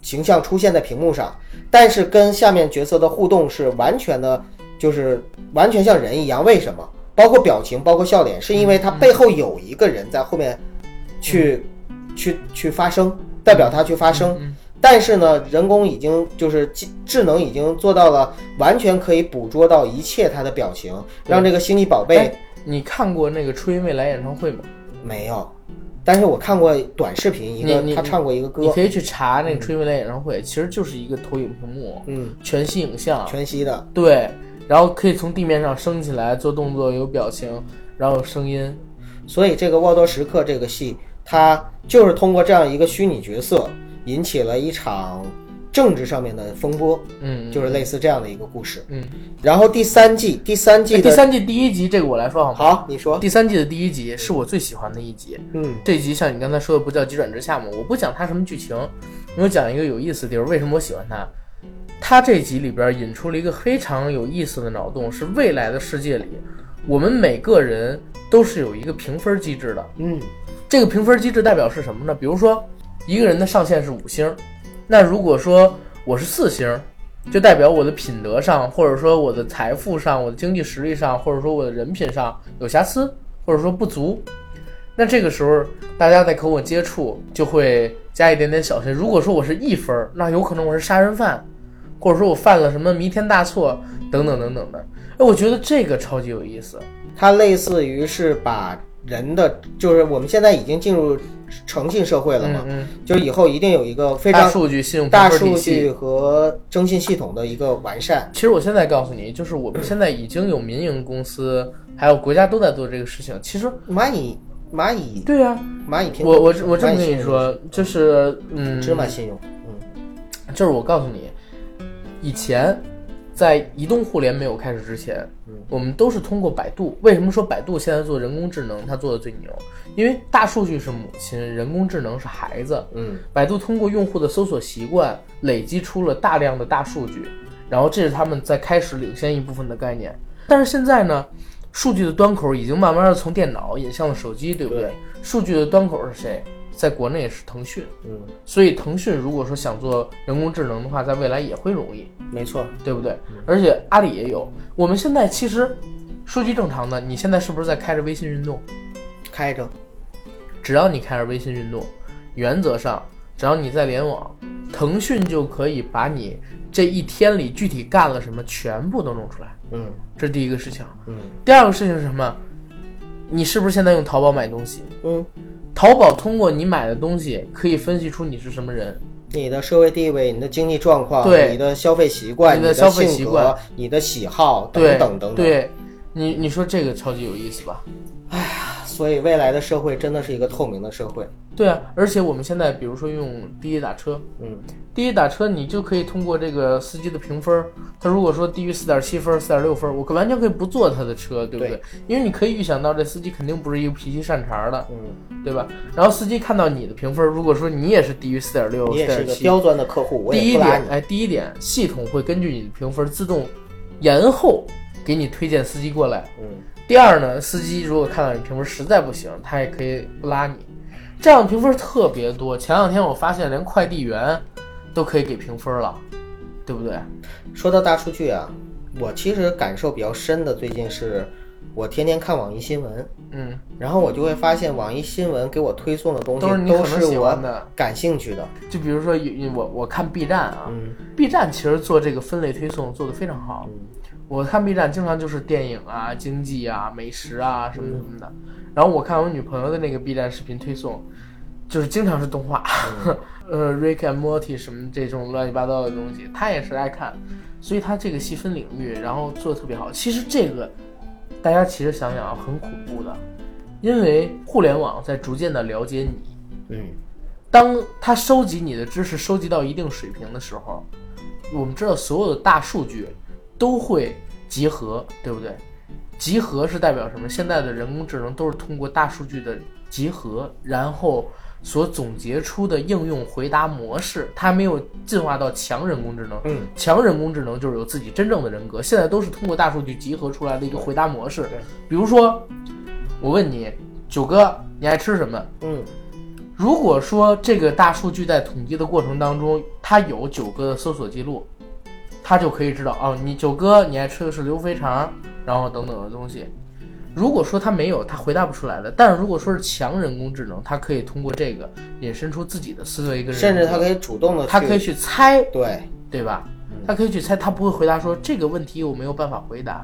Speaker 2: 形象出现在屏幕上，但是跟下面角色的互动是完全的，就是完全像人一样。为什么？包括表情，包括笑点，是因为它背后有一个人在后面去、去去发声，代表他去发声。
Speaker 1: 嗯
Speaker 2: 但是呢，人工已经就是智智能已经做到了完全可以捕捉到一切它的表情，让这个星际宝贝
Speaker 1: 哎你看过那个初音未来演唱会吗？
Speaker 2: 没有。但是我看过短视频，一个
Speaker 1: 你你
Speaker 2: 他唱过一个
Speaker 1: 你
Speaker 2: 歌，
Speaker 1: 可以去查那个初音未来演唱会，其实就是一个投影屏幕，
Speaker 2: 嗯，
Speaker 1: 全息影像，
Speaker 2: 全息的，
Speaker 1: 对，然后可以从地面上升起来做动作，有表情，然后有声音，
Speaker 2: 所以这个《沃多时刻》这个戏，它就是通过这样一个虚拟角色，引起了一场政治上面的风波，
Speaker 1: 嗯，
Speaker 2: 就是类似这样的一个故事。
Speaker 1: 嗯，
Speaker 2: 然后第三季，第三季
Speaker 1: 哎第
Speaker 2: 的
Speaker 1: 三季第一集，这个我来说好吗？
Speaker 2: 好，你说，
Speaker 1: 第三季的第一集是我最喜欢的一集。
Speaker 2: 嗯
Speaker 1: 这集像你刚才说的，不叫急转直下吗？我不讲它什么剧情，我讲一个有意思的地方，为什么我喜欢它？它这集里边引出了一个非常有意思的脑洞，是未来的世界里，我们每个人都是有一个评分机制的。
Speaker 2: 嗯
Speaker 1: 这个评分机制代表是什么呢？比如说，一个人的上限是五星，那如果说我是四星，就代表我的品德上，或者说我的财富上、我的经济实力上，或者说我的人品上有瑕疵，或者说不足。那这个时候，大家在跟我接触就会加一点点小心。如果说我是一分儿，那有可能我是杀人犯，或者说我犯了什么弥天大错等等等等的。哎，我觉得这个超级有意思。
Speaker 2: 它类似于是把人的，就是我们现在已经进入诚信社会了嘛，
Speaker 1: 嗯
Speaker 2: 就是以后一定有一个非
Speaker 1: 嗯，大
Speaker 2: 常
Speaker 1: 数据信用评
Speaker 2: 大
Speaker 1: 分体
Speaker 2: 数
Speaker 1: 系
Speaker 2: 据和征信系统的一个完善。
Speaker 1: 其实我现在告诉你，就是我们现在已经有民营公司，还有国家都在做这个事情。其实，
Speaker 2: 蚂蚁蚂蚁
Speaker 1: 对呀、
Speaker 2: 蚂蚁平
Speaker 1: 我我我这么
Speaker 2: 蚂
Speaker 1: 跟
Speaker 2: 蚁信
Speaker 1: 你
Speaker 2: 用
Speaker 1: 说，就是嗯，
Speaker 2: 芝麻信用，
Speaker 1: 就是我告诉你，以前在移动互联没有开始之前，我们都是通过百度。为什么说百度现在做人工智能，它做的最牛？因为大数据是母亲，人工智能是孩子。
Speaker 2: 嗯
Speaker 1: 百度通过用户的搜索习惯，累积出了大量的大数据，然后这是他们在开始领先一部分的概念。但是现在呢，数据的端口已经慢慢的从电脑引向了手机，对不对？
Speaker 2: 对
Speaker 1: 数据的端口是谁？在国内是腾讯，
Speaker 2: 嗯
Speaker 1: 所以腾讯如果说想做人工智能的话，在未来也会容易，
Speaker 2: 嗯，没错，
Speaker 1: 对不对？而且阿里也有。我们现在其实说句正常的，你现在是不是在开着微信运动？
Speaker 2: 开着，
Speaker 1: 只要你开始微信运动，原则上只要你在联网，腾讯就可以把你这一天里具体干了什么全部都弄出来。
Speaker 2: 嗯
Speaker 1: 这是第一个事情。
Speaker 2: 嗯
Speaker 1: 第二个事情是什么？你是不是现在用淘宝买东西？
Speaker 2: 嗯，
Speaker 1: 淘宝通过你买的东西，可以分析出你是什么人。
Speaker 2: 你的社会地位、你的经济状况、
Speaker 1: 对
Speaker 2: 你的消费习惯、
Speaker 1: 你
Speaker 2: 你
Speaker 1: 的
Speaker 2: 的
Speaker 1: 消费
Speaker 2: 性
Speaker 1: 习
Speaker 2: 格
Speaker 1: 惯、
Speaker 2: 你的喜好等
Speaker 1: 对，
Speaker 2: 等等等。
Speaker 1: 对，你你说这个超级有意思吧？
Speaker 2: 所以未来的社会真的是一个透明的社会。
Speaker 1: 对啊，而且我们现在比如说用滴滴打车，
Speaker 2: 嗯
Speaker 1: 滴滴打车，你就可以通过这个司机的评分儿，他如果说低于四点七分、四点六分，我可完全可以不坐他的车，对不对？
Speaker 2: 对
Speaker 1: 因为你可以预想到这司机肯定不是一个脾气善茬儿的，
Speaker 2: 嗯，
Speaker 1: 对吧？然后司机看到你的评分儿，如果说你也是低于四点六、
Speaker 2: 你
Speaker 1: 四
Speaker 2: 也是一
Speaker 1: 点
Speaker 2: 个
Speaker 1: 七，
Speaker 2: 刁钻的客户，我
Speaker 1: 第一
Speaker 2: 也不拉
Speaker 1: 点
Speaker 2: 你，。
Speaker 1: 哎，第一点，系统会根据你的评分儿自动延后给你推荐司机过来。
Speaker 2: 嗯
Speaker 1: 第二呢，司机如果看到你评分实在不行，他也可以不拉你。这样的评分特别多，前两天我发现连快递员都可以给评分了，对不对？
Speaker 2: 说到大数据啊，我其实感受比较深的，最近是我天天看网易新闻，
Speaker 1: 嗯，
Speaker 2: 然后我就会发现网易新闻给我推送的东西
Speaker 1: 都是你可
Speaker 2: 都
Speaker 1: 能
Speaker 2: 是
Speaker 1: 喜欢
Speaker 2: 我
Speaker 1: 的。
Speaker 2: 感兴趣的。
Speaker 1: 就比如说有有我我看 B 站啊、
Speaker 2: 嗯
Speaker 1: b 站其实做这个分类推送做得非常好。我看 B 站经常就是电影啊、经济啊、美食啊什么什么的，然后我看我女朋友的那个 B 站视频推送，就是经常是动画， *laughs* 呃，Rick and Morty 什么这种乱七八糟的东西，她也是爱看，所以她这个细分领域，然后做的特别好。其实这个大家其实想想啊，很恐怖的，因为互联网在逐渐的了解你，
Speaker 2: 嗯，
Speaker 1: 当它收集你的知识收集到一定水平的时候，我们知道所有的大数据都会集合，对不对？集合是代表什么？现在的人工智能都是通过大数据的集合，然后所总结出的应用回答模式，它没有进化到强人工智能。
Speaker 2: 嗯，
Speaker 1: 强人工智能就是有自己真正的人格，现在都是通过大数据集合出来的一个回答模式
Speaker 2: 对。
Speaker 1: 比如说，我问你，九哥，你爱吃什么？
Speaker 2: 嗯，
Speaker 1: 如果说这个大数据在统计的过程当中，它有九哥的搜索记录，它就可以知道哦，你九哥你爱吃的是溜肥肠，然后等等的东西。如果说它没有，它回答不出来的。但是如果说是强人工智能，它可以通过这个引申出自己的思维跟人格，
Speaker 2: 甚至嗯他可以主动的去，
Speaker 1: 它可以去猜，
Speaker 2: 对，
Speaker 1: 对吧？它可以去猜，它不会回答说这个问题我没有办法回答。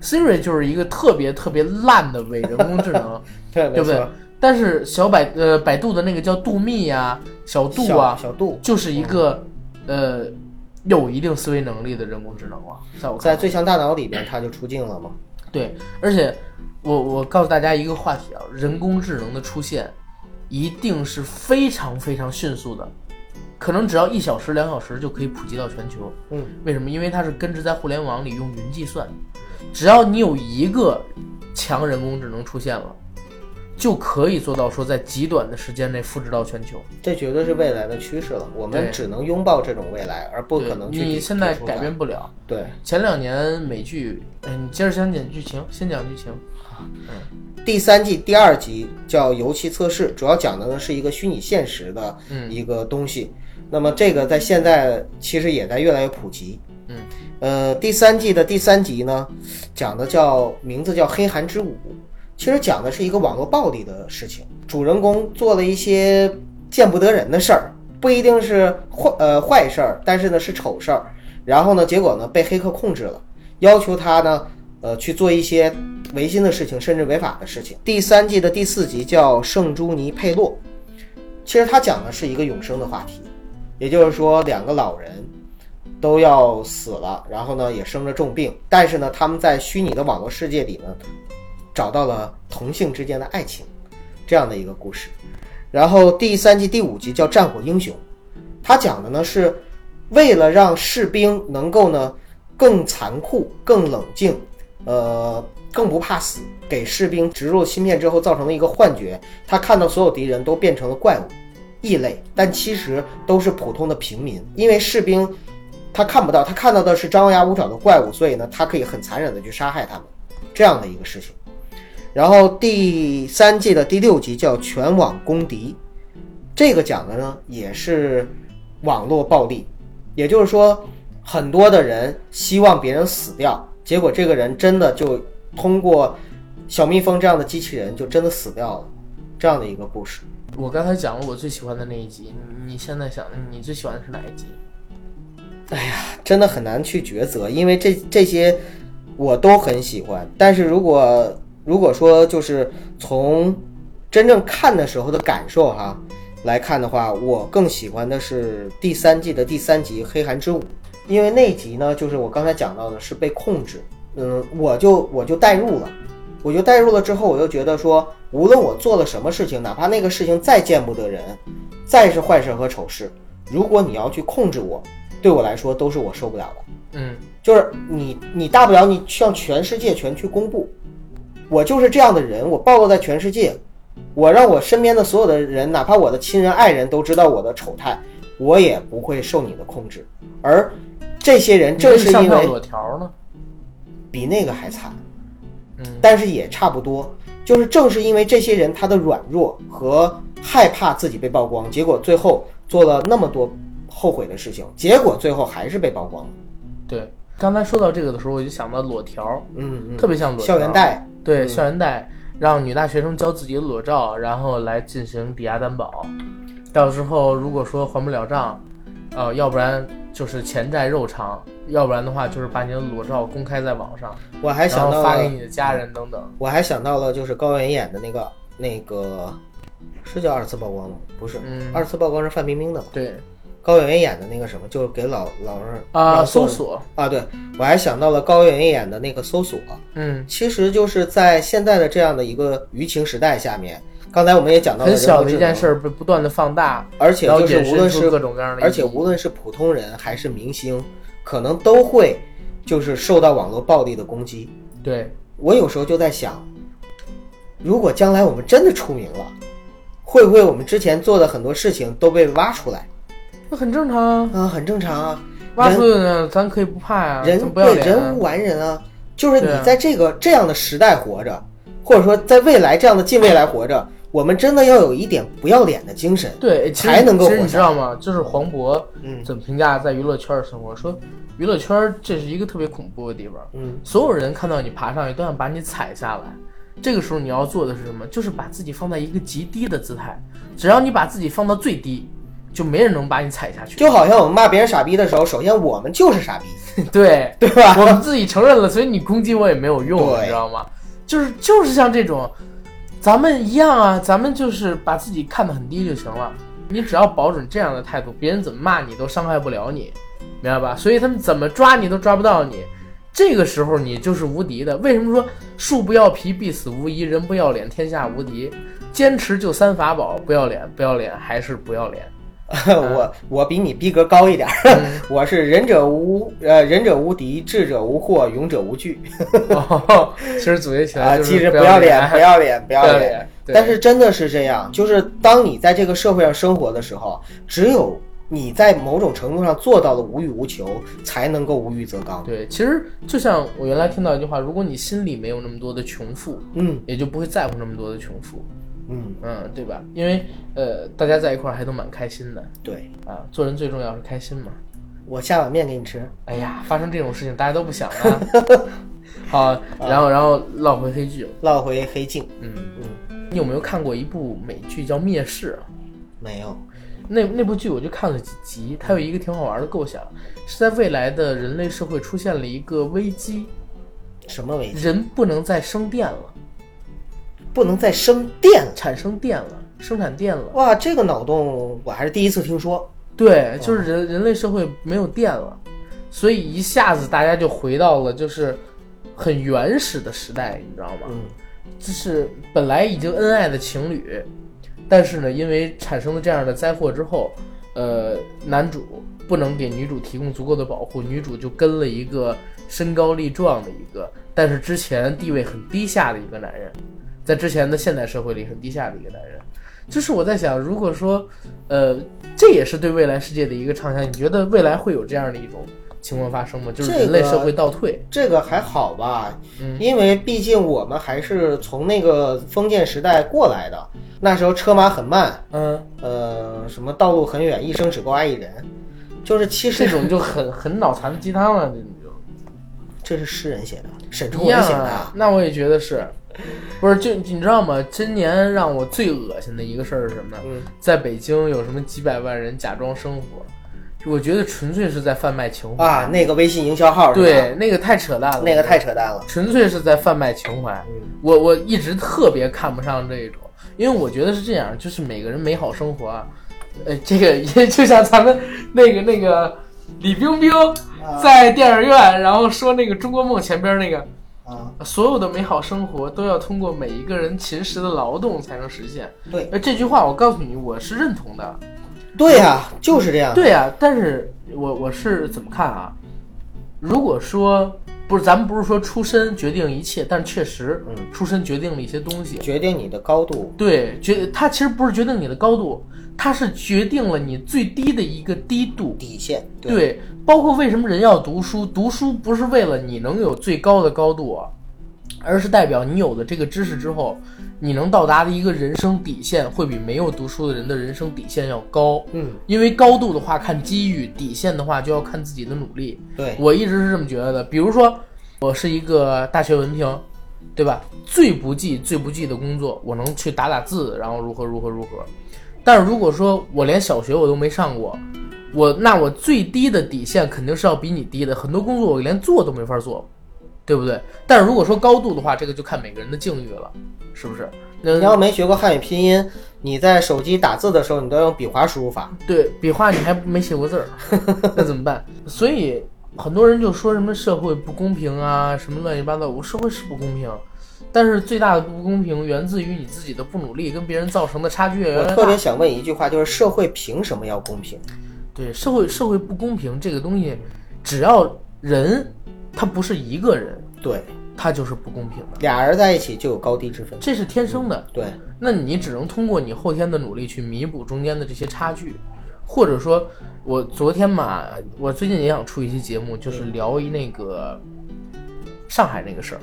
Speaker 1: Siri 就是一个特别特别烂的伪人工智能，
Speaker 2: 对，没
Speaker 1: 对不对
Speaker 2: 错？
Speaker 1: 但是小百呃百度的那个叫度密呀、小度啊，
Speaker 2: 小小度，
Speaker 1: 就是一个呃有一定思维能力的人工智能了、在我
Speaker 2: 在
Speaker 1: 看
Speaker 2: 《最强大脑》里边他就出镜了嘛，
Speaker 1: 对，而且我我告诉大家一个话题啊，人工智能的出现一定是非常非常迅速的，可能只要一小时两小时就可以普及到全球。
Speaker 2: 嗯，
Speaker 1: 为什么？因为它是根植在互联网里用云计算，只要你有一个强人工智能出现了，就可以做到说在极短的时间内复制到全球。
Speaker 2: 这绝对是未来的趋势了，我
Speaker 1: 对
Speaker 2: 们只能拥抱这种未来，而不
Speaker 1: 对
Speaker 2: 可能去抵
Speaker 1: 你现在
Speaker 2: 抵触它
Speaker 1: 改变不了。
Speaker 2: 对。
Speaker 1: 前两年美剧，嗯，你接着先讲剧情，先讲剧情。
Speaker 2: 第三季第二集叫《油漆测试》，主要讲的呢是一个虚拟现实的一个东西。那么这个在现在其实也在越来越普及。
Speaker 1: 嗯，
Speaker 2: 呃，第三季的第三集呢，讲的叫名字叫《黑寒之舞》，其实讲的是一个网络暴力的事情。主人公做了一些见不得人的事儿，不一定是坏呃坏事儿，但是呢是丑事儿。然后呢，结果呢被黑客控制了，要求他呢呃去做一些违心的事情，甚至违法的事情。第三季的第四集叫《圣朱尼佩洛》，其实它讲的是一个永生的话题，也就是说两个老人都要死了，然后呢也生了重病，但是呢他们在虚拟的网络世界里呢找到了同性之间的爱情，这样的一个故事。然后第三季第五集叫《战火英雄》，它讲的呢是为了让士兵能够呢更残酷、更冷静，呃，更不怕死。给士兵植入芯片之后造成的一个幻觉，他看到所有敌人都变成了怪物、异类，但其实都是普通的平民。因为士兵他看不到，他看到的是张牙舞爪的怪物，所以呢，他可以很残忍的去杀害他们，这样的一个事情。然后第三季的第六集叫《全网公敌》，这个讲的呢也是网络暴力，也就是说，很多的人希望别人死掉，结果这个人真的就通过小蜜蜂这样的机器人就真的死掉了，这样的一个故事。
Speaker 1: 我刚才讲了我最喜欢的那一集，你现在想你最喜欢的是哪一集？
Speaker 2: 真的很难去抉择，因为这这些我都很喜欢。但是如果如果说就是从真正看的时候的感受哈来看的话，我更喜欢的是第三季的第三集《黑寒之舞》，因为那集呢，就是我刚才讲到的是被控制，嗯，我就我就代入了，我就代入了之后，我就觉得说，无论我做了什么事情，哪怕那个事情再见不得人，再是坏事和丑事，如果你要去控制我，对我来说都是我受不了的。
Speaker 1: 嗯，
Speaker 2: 就是你，你大不了你向全世界全去公布，我就是这样的人，我暴露在全世界，我让我身边的所有的人，哪怕我的亲人、爱人都知道我的丑态，我也不会受你的控制。而这些人正是
Speaker 1: 你嗯上
Speaker 2: 因
Speaker 1: 票
Speaker 2: 为
Speaker 1: 裸条呢？
Speaker 2: 比那个还惨，
Speaker 1: 嗯，
Speaker 2: 但是也差不多。就是正是因为这些人他的软弱和害怕自己被曝光，结果最后做了那么多后悔的事情，结果最后还是被曝光了。
Speaker 1: 对。刚才说到这个的时候，我就想到裸条，嗯
Speaker 2: 嗯嗯，
Speaker 1: 特别像裸啊条
Speaker 2: 校园贷，
Speaker 1: 对，校园贷让女大学生交自己的裸照，然后来进行抵押担保。到时候如果说还不了账，呃，要不然就是钱债肉偿，要不然的话就是把你的裸照公开在网上，
Speaker 2: 我还
Speaker 1: 然
Speaker 2: 想
Speaker 1: 后
Speaker 2: 到
Speaker 1: 发
Speaker 2: 了
Speaker 1: 给你的家人等等。
Speaker 2: 我还想到了，就是高圆圆演的那个那个，是叫二次曝光吗？不是，
Speaker 1: 嗯
Speaker 2: 二次曝光是范冰冰的嘛？
Speaker 1: 对
Speaker 2: 高圆圆演的那个什么，就是给老老人
Speaker 1: 啊、
Speaker 2: 老
Speaker 1: 搜
Speaker 2: 做
Speaker 1: 索，
Speaker 2: 啊，对我还想到了高圆圆演的那个搜索，
Speaker 1: 嗯，
Speaker 2: 其实就是在现在的这样的一个舆情时代下面，刚才我们也讲到了
Speaker 1: 很小的一
Speaker 2: 人工
Speaker 1: 件
Speaker 2: 智
Speaker 1: 事儿被不断的放大，
Speaker 2: 能，而且
Speaker 1: 然后
Speaker 2: 就是
Speaker 1: 衍
Speaker 2: 无论
Speaker 1: 生出各
Speaker 2: 是
Speaker 1: 种各样的意义，
Speaker 2: 而且无论是普通人还是明星，可能都会就是受到网络暴力的攻击。
Speaker 1: 对，
Speaker 2: 我有时候就在想，如果将来我们真的出名了，会不会我们之前做的很多事情都被挖出来？
Speaker 1: 那很正常啊。
Speaker 2: 啊，很正常啊，
Speaker 1: 挖出去呢，咱可以不怕呀、咱
Speaker 2: 人
Speaker 1: 不要
Speaker 2: 对
Speaker 1: 脸
Speaker 2: 人
Speaker 1: 啊。
Speaker 2: 无完人啊，就是你
Speaker 1: 对啊
Speaker 2: 在这个这样的时代活着，或者说在未来这样的近未来活着，我们真的要有一点不要脸的精神。
Speaker 1: 对，其实
Speaker 2: 才能够
Speaker 1: 其实
Speaker 2: 活
Speaker 1: 你知道吗？就是黄渤
Speaker 2: 嗯
Speaker 1: 怎么评价在娱乐圈的生活，说娱乐圈这是一个特别恐怖的地方，
Speaker 2: 嗯，
Speaker 1: 所有人看到你爬上去都想把你踩下来。这个时候你要做的是什么？就是把自己放在一个极低的姿态，只要你把自己放到最低，就没人能把你踩下去。
Speaker 2: 就好像我们骂别人傻逼的时候，首先我们就是傻
Speaker 1: *laughs*
Speaker 2: 逼，
Speaker 1: 对，
Speaker 2: 对吧？
Speaker 1: 我们自己承认了，所以你攻击我也没有用，
Speaker 2: 对
Speaker 1: 你知道吗？就是就是像这种，咱们一样啊，咱们就是把自己看得很低就行了。你只要保准这样的态度，别人怎么骂你都伤害不了你，明白吧？所以他们怎么抓你都抓不到你，这个时候你就是无敌的。为什么说树不要皮，必死无疑；人不要脸，天下无敌？坚持就三法宝：不要脸，不要脸，还是不要脸。嗯
Speaker 2: 我我比你逼格高一点儿， *laughs* 我是仁者无呃仁者无敌，智者无惑，勇者无惧
Speaker 1: 哦，其实总结起
Speaker 2: 啊
Speaker 1: 来，就是
Speaker 2: 其实
Speaker 1: 不
Speaker 2: 不要
Speaker 1: *laughs*
Speaker 2: 脸，
Speaker 1: 不
Speaker 2: 不要脸，不
Speaker 1: 要
Speaker 2: 要脸。。
Speaker 1: 对
Speaker 2: 但是真的是这样，就是当你在这个社会上生活的时候，只有你在某种程度上做到了无欲无求，才能够无欲则刚。
Speaker 1: 对，其实就像我原来听到一句话，如果你心里没有那么多的穷富，
Speaker 2: 嗯
Speaker 1: 也就不会在乎那么多的穷富，
Speaker 2: 嗯，
Speaker 1: 嗯，对吧？因为呃，大家在一块儿还都蛮开心的
Speaker 2: 对，
Speaker 1: 啊，做人最重要是开心嘛。
Speaker 2: 我下碗面给你吃。
Speaker 1: 哎呀，发生这种事情大家都不想啊。 *laughs* 好，然后然后唠回黑剧，
Speaker 2: 落回黑镜，
Speaker 1: 嗯
Speaker 2: 嗯，
Speaker 1: 你有没有看过一部美剧叫《灭世》啊？
Speaker 2: 没有，
Speaker 1: 那那部剧我就看了几集，它有一个挺好玩的构想，是在未来的人类社会出现了一个危机，
Speaker 2: 什么危机？
Speaker 1: 人不能再生电了，
Speaker 2: 不能再生电了。
Speaker 1: 产生电了，生产电了。
Speaker 2: 哇，这个脑洞我还是第一次听说。
Speaker 1: 对，就是人、人类社会没有电了，所以一下子大家就回到了就是很原始的时代，你知道吗？
Speaker 2: 嗯
Speaker 1: 就是本来已经恩爱的情侣，但是呢，因为产生了这样的灾祸之后，呃，男主不能给女主提供足够的保护，女主就跟了一个身高力壮的一个，但是之前地位很低下的一个男人，在之前的现代社会里很低下的一个男人。就是我在想，如果说，呃，这也是对未来世界的一个畅想，你觉得未来会有这样的一种情况发生吗？就是
Speaker 2: 这
Speaker 1: 人类
Speaker 2: 个
Speaker 1: 社会倒退，
Speaker 2: 这个还好吧，
Speaker 1: 嗯
Speaker 2: 因为毕竟我们还是从那个封建时代过来的，那时候车马很慢，
Speaker 1: 嗯，
Speaker 2: 呃，什么道路很远，一生只够爱一人，就是其实
Speaker 1: 这种就很很脑残的鸡汤了，这种就。
Speaker 2: 这是诗人写的，沈从
Speaker 1: 一
Speaker 2: 文
Speaker 1: 样
Speaker 2: 写的
Speaker 1: 啊
Speaker 2: 啊。，
Speaker 1: 那我也觉得是，不是就你知道吗？今年让我最恶心的一个事儿是什么呢？
Speaker 2: 嗯，
Speaker 1: 在北京有什么几百万人假装生活，我觉得纯粹是在贩卖情怀。
Speaker 2: 啊，那个微信营销号是吧
Speaker 1: 对，，那个太扯淡了，
Speaker 2: 那个太扯淡了。
Speaker 1: 纯粹是在贩卖情怀。
Speaker 2: 嗯
Speaker 1: 我我一直特别看不上这一种，因为我觉得是这样，就是每个人美好生活啊，呃，这个也 *laughs* 就像咱们那个那个李冰冰在电影院，然后说那个《中国梦》前边那个。
Speaker 2: 啊，
Speaker 1: 所有的美好生活都要通过每一个人勤实的劳动才能实现。
Speaker 2: 对
Speaker 1: 呃，这句话我告诉你，我是认同的。
Speaker 2: 对呀，就是这样。
Speaker 1: 嗯对啊，但是我我是怎么看啊？如果说不是，咱们不是说出身决定一切，但确实，
Speaker 2: 嗯
Speaker 1: 出身决定了一些东西。
Speaker 2: 决定你的高度。
Speaker 1: 对，决它其实不是决定你的高度，它是决定了你最低的一个低度。
Speaker 2: 底线，
Speaker 1: 对，包括为什么人要读书，读书不是为了你能有最高的高度啊，而是代表你有了这个知识之后，你能到达的一个人生底线，会比没有读书的人的人生底线要高。
Speaker 2: 嗯，
Speaker 1: 因为高度的话看机遇，底线的话就要看自己的努力。
Speaker 2: 对，
Speaker 1: 我一直是这么觉得的。比如说，我是一个大学文凭，对吧？最不济、最不济的工作，我能去打打字，然后如何如何如何。但是如果说我连小学我都没上过，我那我最低的底线肯定是要比你低的，很多工作我连做都没法做，对不对？但是如果说高度的话，这个就看每个人的境遇了，是不是？那
Speaker 2: 你要没学过汉语拼音，你在手机打字的时候，你都要用笔划输入法。
Speaker 1: 对笔画你还没写过字儿，那怎么办？所以很多人就说什么社会不公平啊，什么乱七八糟。我社会是不公平，但是最大的不公平源自于你自己的不努力，跟别人造成的差距越
Speaker 2: 我
Speaker 1: 来越
Speaker 2: 特别
Speaker 1: 大。
Speaker 2: 想问一句话，就是社会凭什么要公平？
Speaker 1: 对社会社会不公平这个东西，只要人他不是一个人，
Speaker 2: 对，
Speaker 1: 他就是不公平的，
Speaker 2: 俩人在一起就有高低之分。
Speaker 1: 这是天生的。
Speaker 2: 对，
Speaker 1: 那你只能通过你后天的努力去弥补中间的这些差距，或者说，我昨天嘛，我最近也想出一期节目，就是聊一那个上海那个事儿。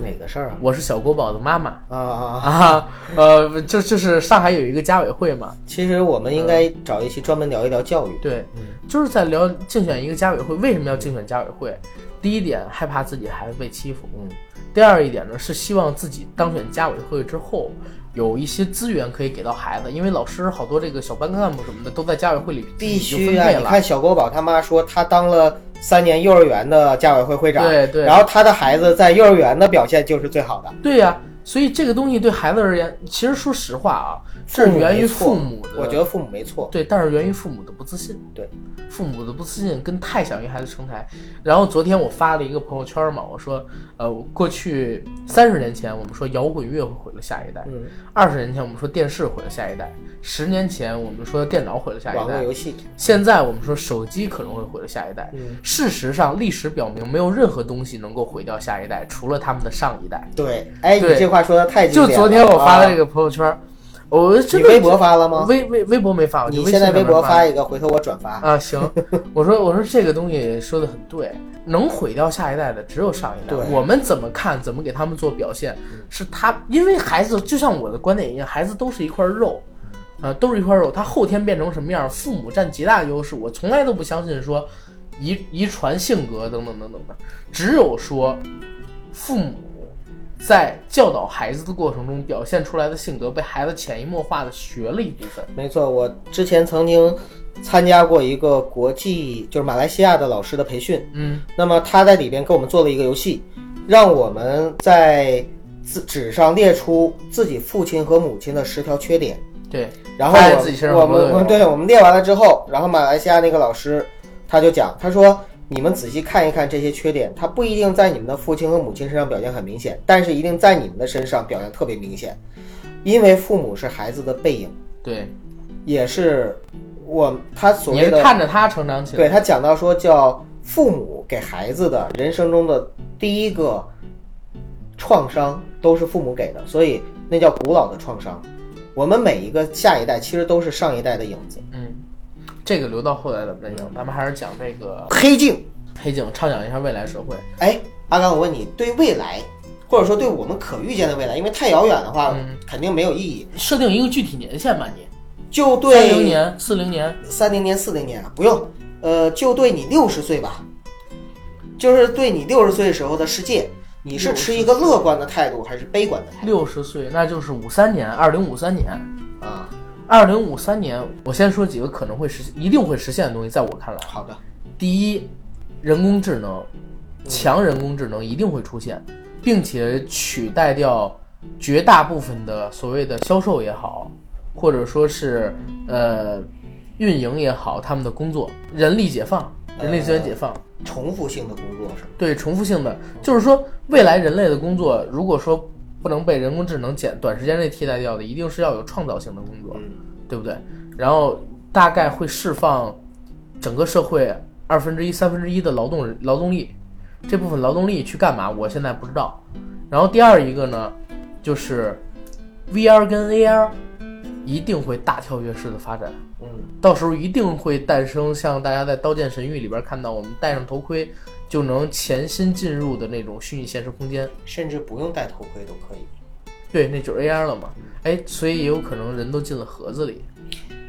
Speaker 2: 哪个事儿啊？
Speaker 1: 我是小国宝的妈妈
Speaker 2: 啊啊啊！
Speaker 1: 啊，呃，就就是上海有一个家委会嘛，
Speaker 2: 其实我们应该
Speaker 1: 嗯
Speaker 2: 找一期专门聊一聊教育。
Speaker 1: 对
Speaker 2: 嗯，
Speaker 1: 就是在聊竞选一个家委会，为什么要竞选家委会？第一点，害怕自己孩子被欺负；
Speaker 2: 嗯，
Speaker 1: 第二一点呢，是希望自己当选家委会之后，有一些资源可以给到孩子，因为老师好多这个小班干部什么的都在家委会里
Speaker 2: 必
Speaker 1: 已
Speaker 2: 须
Speaker 1: 经
Speaker 2: 啊！
Speaker 1: 嗯分配
Speaker 2: 你
Speaker 1: 了。
Speaker 2: 看小国宝他妈说，他当了三年幼儿园的家委会会长，
Speaker 1: 对对
Speaker 2: 然后他的孩子在幼儿园的表现就是最好的。
Speaker 1: 对呀、所以这个东西对孩子而言，其实说实话啊，
Speaker 2: 父
Speaker 1: 是
Speaker 2: 母
Speaker 1: 源于
Speaker 2: 没错
Speaker 1: 父母的，
Speaker 2: 我觉得父母没错，
Speaker 1: 对，但是源于父母的不自信。
Speaker 2: 嗯对，
Speaker 1: 父母的不自信跟太想与孩子成才。然后昨天我发了一个朋友圈嘛，我说，呃，过去三十年前我们说摇滚乐会毁了下一代，
Speaker 2: 嗯，
Speaker 1: 二十年前我们说电视毁了下一代，十年前我们说电脑毁了下
Speaker 2: 网
Speaker 1: 一
Speaker 2: 络
Speaker 1: 代，
Speaker 2: 游戏，
Speaker 1: 现在我们说手机可能会毁了下一代。
Speaker 2: 嗯，
Speaker 1: 事实上，历史表明没有任何东西能够毁掉下一代，除了他们的上一代。
Speaker 2: 对，哎，你
Speaker 1: 对
Speaker 2: 这话说的太经
Speaker 1: 就
Speaker 2: 典了。
Speaker 1: 昨天我发了
Speaker 2: 啊
Speaker 1: 这个朋友圈，我真
Speaker 2: 你
Speaker 1: 的
Speaker 2: 微博发了吗？
Speaker 1: 微微微博没发，我就
Speaker 2: 你
Speaker 1: 微
Speaker 2: 现在
Speaker 1: 信
Speaker 2: 微
Speaker 1: 上面
Speaker 2: 博
Speaker 1: 发
Speaker 2: 发一个，回头我转发。
Speaker 1: 啊，
Speaker 2: *laughs*
Speaker 1: 行，我说我说这个东西说的很对，能毁掉下一代的只有上一代
Speaker 2: 对。嗯
Speaker 1: 我们怎么看，怎么给他们做表现，是他，因为孩子就像我的观点一样，孩子都是一块肉，
Speaker 2: 嗯
Speaker 1: 呃，都是一块肉，他后天变成什么样，父母占极大的优势。我从来都不相信说遗遗传性格等等等等的，只有说父母。在教导孩子的过程中表现出来的性格，被孩子潜移默化的学了一部分。
Speaker 2: 没错，我之前曾经参加过一个国际，就是马来西亚的老师的培训。
Speaker 1: 嗯，
Speaker 2: 那么他在里边给我们做了一个游戏，让我们在字纸上列出自己父亲和母亲的十条缺点。
Speaker 1: 对，
Speaker 2: 然后
Speaker 1: 发现自己身上
Speaker 2: 我我
Speaker 1: 很多
Speaker 2: 们
Speaker 1: 的
Speaker 2: 我们对我们列完了之后，然后马来西亚那个老师他就讲，他说你们仔细看一看这些缺点，它不一定在你们的父亲和母亲身上表现很明显，但是一定在你们的身上表现特别明显，因为父母是孩子的背影，
Speaker 1: 对，
Speaker 2: 也是我他所
Speaker 1: 你
Speaker 2: 谓
Speaker 1: 是
Speaker 2: 的
Speaker 1: 看着他成长起来。
Speaker 2: 对他讲到说叫父母给孩子的人生中的第一个创伤都是父母给的，所以那叫古老的创伤。我们每一个下一代其实都是上一代的影子。
Speaker 1: 嗯，这个留到后来咱们再讲，咱们还是讲这个
Speaker 2: 黑镜，
Speaker 1: 黑警，畅想一下未来社会。
Speaker 2: 哎，阿甘，我问你，对未来，或者说对我们可预见的未来，因为太遥远的话，
Speaker 1: 嗯
Speaker 2: 肯定没有意义。
Speaker 1: 设定一个具体年限吧，你
Speaker 2: 就
Speaker 1: 三零
Speaker 2: 对
Speaker 1: 年、四零年，
Speaker 2: 三零年、四零年啊，不用，呃，就对你六十岁吧，就是对你六十岁时候的世界，你是持一个乐观的态度还是悲观的态
Speaker 1: 六十岁，那就是五三年，二零五三年。
Speaker 2: 度啊？
Speaker 1: 二零五三年，我先说几个可能会实一定会实现的东西，在我看来，
Speaker 2: 好的，
Speaker 1: 第一，人工智能，强人工智能一定会出现，并且取代掉绝大部分的所谓的销售也好，或者说是呃运营也好，他们的工作，人力解放，人力资源解放。
Speaker 2: 重复性的工作是吗？
Speaker 1: 对重复性的，就是说未来人类的工作，如果说不能被人工智能简短时间内替代掉的，一定是要有创造性的工作，对不对？然后大概会释放整个社会二分之一、三分之一的劳动人劳动力，这部分劳动力去干嘛？我现在不知道。然后第二一个呢，就是 VR 跟 AR 一定会大跳跃式的发展。
Speaker 2: 嗯，
Speaker 1: 到时候一定会诞生像大家在《刀剑神域》里边看到，我们戴上头盔就能潜心进入的那种虚拟现实空间。
Speaker 2: 甚至不用戴头盔都可以。
Speaker 1: 对，那就是 AR 了嘛。哎，所以也有可能人都进了盒子里，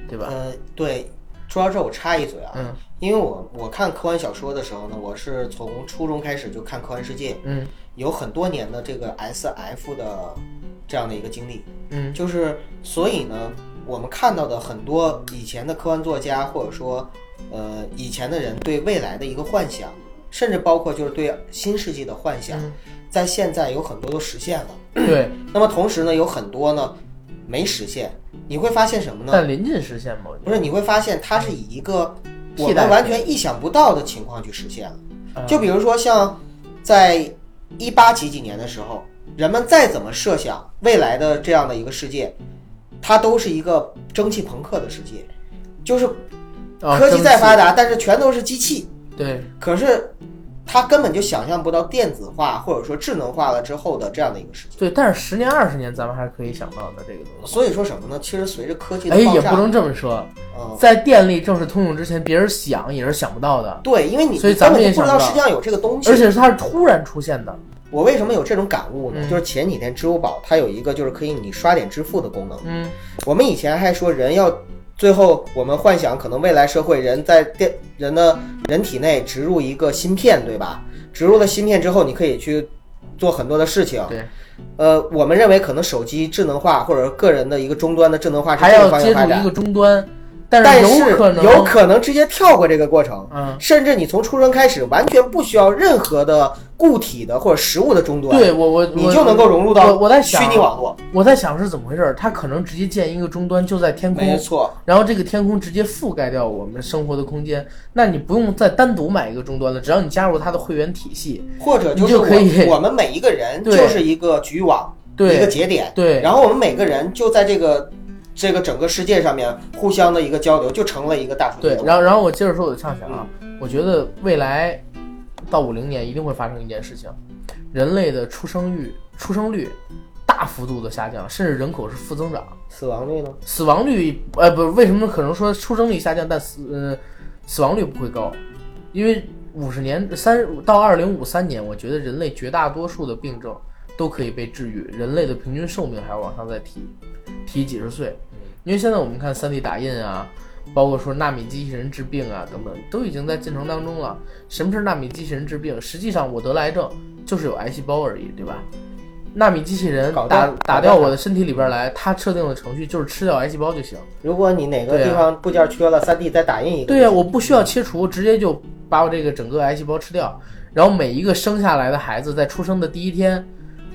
Speaker 1: 对吧？
Speaker 2: 呃，对，说到这儿我插一嘴啊，
Speaker 1: 嗯
Speaker 2: 因为我我看科幻小说的时候呢，我是从初中开始就看科幻世界，
Speaker 1: 嗯
Speaker 2: 有很多年的这个 S F 的这样的一个经历。
Speaker 1: 嗯
Speaker 2: 就是所以呢，我们看到的很多以前的科幻作家，或者说呃以前的人对未来的一个幻想，甚至包括就是对新世纪的幻想，
Speaker 1: 嗯
Speaker 2: 在现在有很多都实现了。
Speaker 1: 对，
Speaker 2: 嗯那么同时呢，有很多呢没实现。你会发现什么呢？
Speaker 1: 但临近实现嘛，我觉
Speaker 2: 不是，你会发现它是以一个
Speaker 1: 嗯
Speaker 2: 我
Speaker 1: 替代嗯
Speaker 2: 们
Speaker 1: 品
Speaker 2: 完全意想不到的情况去实现了。
Speaker 1: 得啊
Speaker 2: 就比如说像在一八几几年的时候，人们再怎么设想未来的这样的一个世界，它都是一个蒸汽朋克的世界，就是
Speaker 1: 啊
Speaker 2: 科技再发，
Speaker 1: 啊
Speaker 2: 达，但是全都是机器。
Speaker 1: 蒸汽对，
Speaker 2: 可是他根本就想象不到电子化或者说智能化了之后的这样的一个世界。
Speaker 1: 对，但是十年二十年咱们还是可以想到的这个东西。
Speaker 2: 所以说什么呢？其实随着科技的
Speaker 1: 哎，
Speaker 2: 爆
Speaker 1: 也
Speaker 2: 炸，
Speaker 1: 不能这么说，
Speaker 2: 嗯，
Speaker 1: 在电力正式通用之前，别人想也是想不到的，
Speaker 2: 对，因为你
Speaker 1: 所以
Speaker 2: 根
Speaker 1: 咱
Speaker 2: 本
Speaker 1: 们
Speaker 2: 就
Speaker 1: 也
Speaker 2: 不
Speaker 1: 想
Speaker 2: 知
Speaker 1: 不
Speaker 2: 道
Speaker 1: 到
Speaker 2: 世界上有这个东西，
Speaker 1: 而且是它是突然出现的。
Speaker 2: 我为什么有这种感悟呢？
Speaker 1: 嗯
Speaker 2: 就是前几天支付宝它有一个就是可以你刷点支付的功能。
Speaker 1: 嗯，
Speaker 2: 我们以前还说人要最后我们幻想可能未来社会人在电人的人体内植入一个芯片，对吧？植入了芯片之后，你可以去做很多的事情。
Speaker 1: 对，
Speaker 2: 呃，我们认为可能手机智能化或者个人的一个终端的智能化是
Speaker 1: 还
Speaker 2: 这个
Speaker 1: 要
Speaker 2: 方
Speaker 1: 接
Speaker 2: 向发
Speaker 1: 触一
Speaker 2: 展，
Speaker 1: 个终端，但
Speaker 2: 但
Speaker 1: 是有可能，
Speaker 2: 有可能直接跳过这个过程。
Speaker 1: 嗯，
Speaker 2: 甚至你从出生开始，完全不需要任何的固体的或者实物的终端，
Speaker 1: 对我我
Speaker 2: 你
Speaker 1: 我
Speaker 2: 就能够融入到
Speaker 1: 我我在
Speaker 2: 虚
Speaker 1: 想
Speaker 2: 拟网络。
Speaker 1: 我在想是怎么回事儿，它可能直接建一个终端就在天空
Speaker 2: 没，错，
Speaker 1: 然后这个天空直接覆盖掉我们生活的空间，那你不用再单独买一个终端了，只要你加入它的会员体系，
Speaker 2: 或者就是
Speaker 1: 你就可以
Speaker 2: 我我们每一个人
Speaker 1: 对
Speaker 2: 就是一个局域网，一个
Speaker 1: 对
Speaker 2: 节点，
Speaker 1: 对，
Speaker 2: 然后我们每个人就在这个这个整个世界上面互相的一个交流，就成了一个大数据
Speaker 1: 对
Speaker 2: 中，
Speaker 1: 然后然后我接着说我的畅想啊，我觉得未来到五零年一定会发生一件事情，人类的出生率出生率大幅度的下降，甚至人口是负增长，
Speaker 2: 死亡率呢？
Speaker 1: 死亡率呃不为什么可能说出生率下降，但死呃死亡率不会高，因为五十年三到二零五三年，我觉得人类绝大多数的病症都可以被治愈，人类的平均寿命还要往上再提提几十岁，
Speaker 2: 嗯
Speaker 1: 因为现在我们看 3D 打印啊，包括说纳米机器人治病啊等等，都已经在进程当中了。什么是纳米机器人治病？实际上我得了癌症就是有癌细胞而已，对吧？纳米机器人
Speaker 2: 搞
Speaker 1: 打
Speaker 2: 掉
Speaker 1: 打
Speaker 2: 搞掉
Speaker 1: 掉我的身体里边来，它设定的程序就是吃掉癌细胞就行。
Speaker 2: 如果你哪个
Speaker 1: 对啊
Speaker 2: 地方部件缺了，3 D 再打印一个。
Speaker 1: 对啊呀、我不需要切除，直接就把我这个整个癌细胞吃掉。然后每一个生下来的孩子在出生的第一天，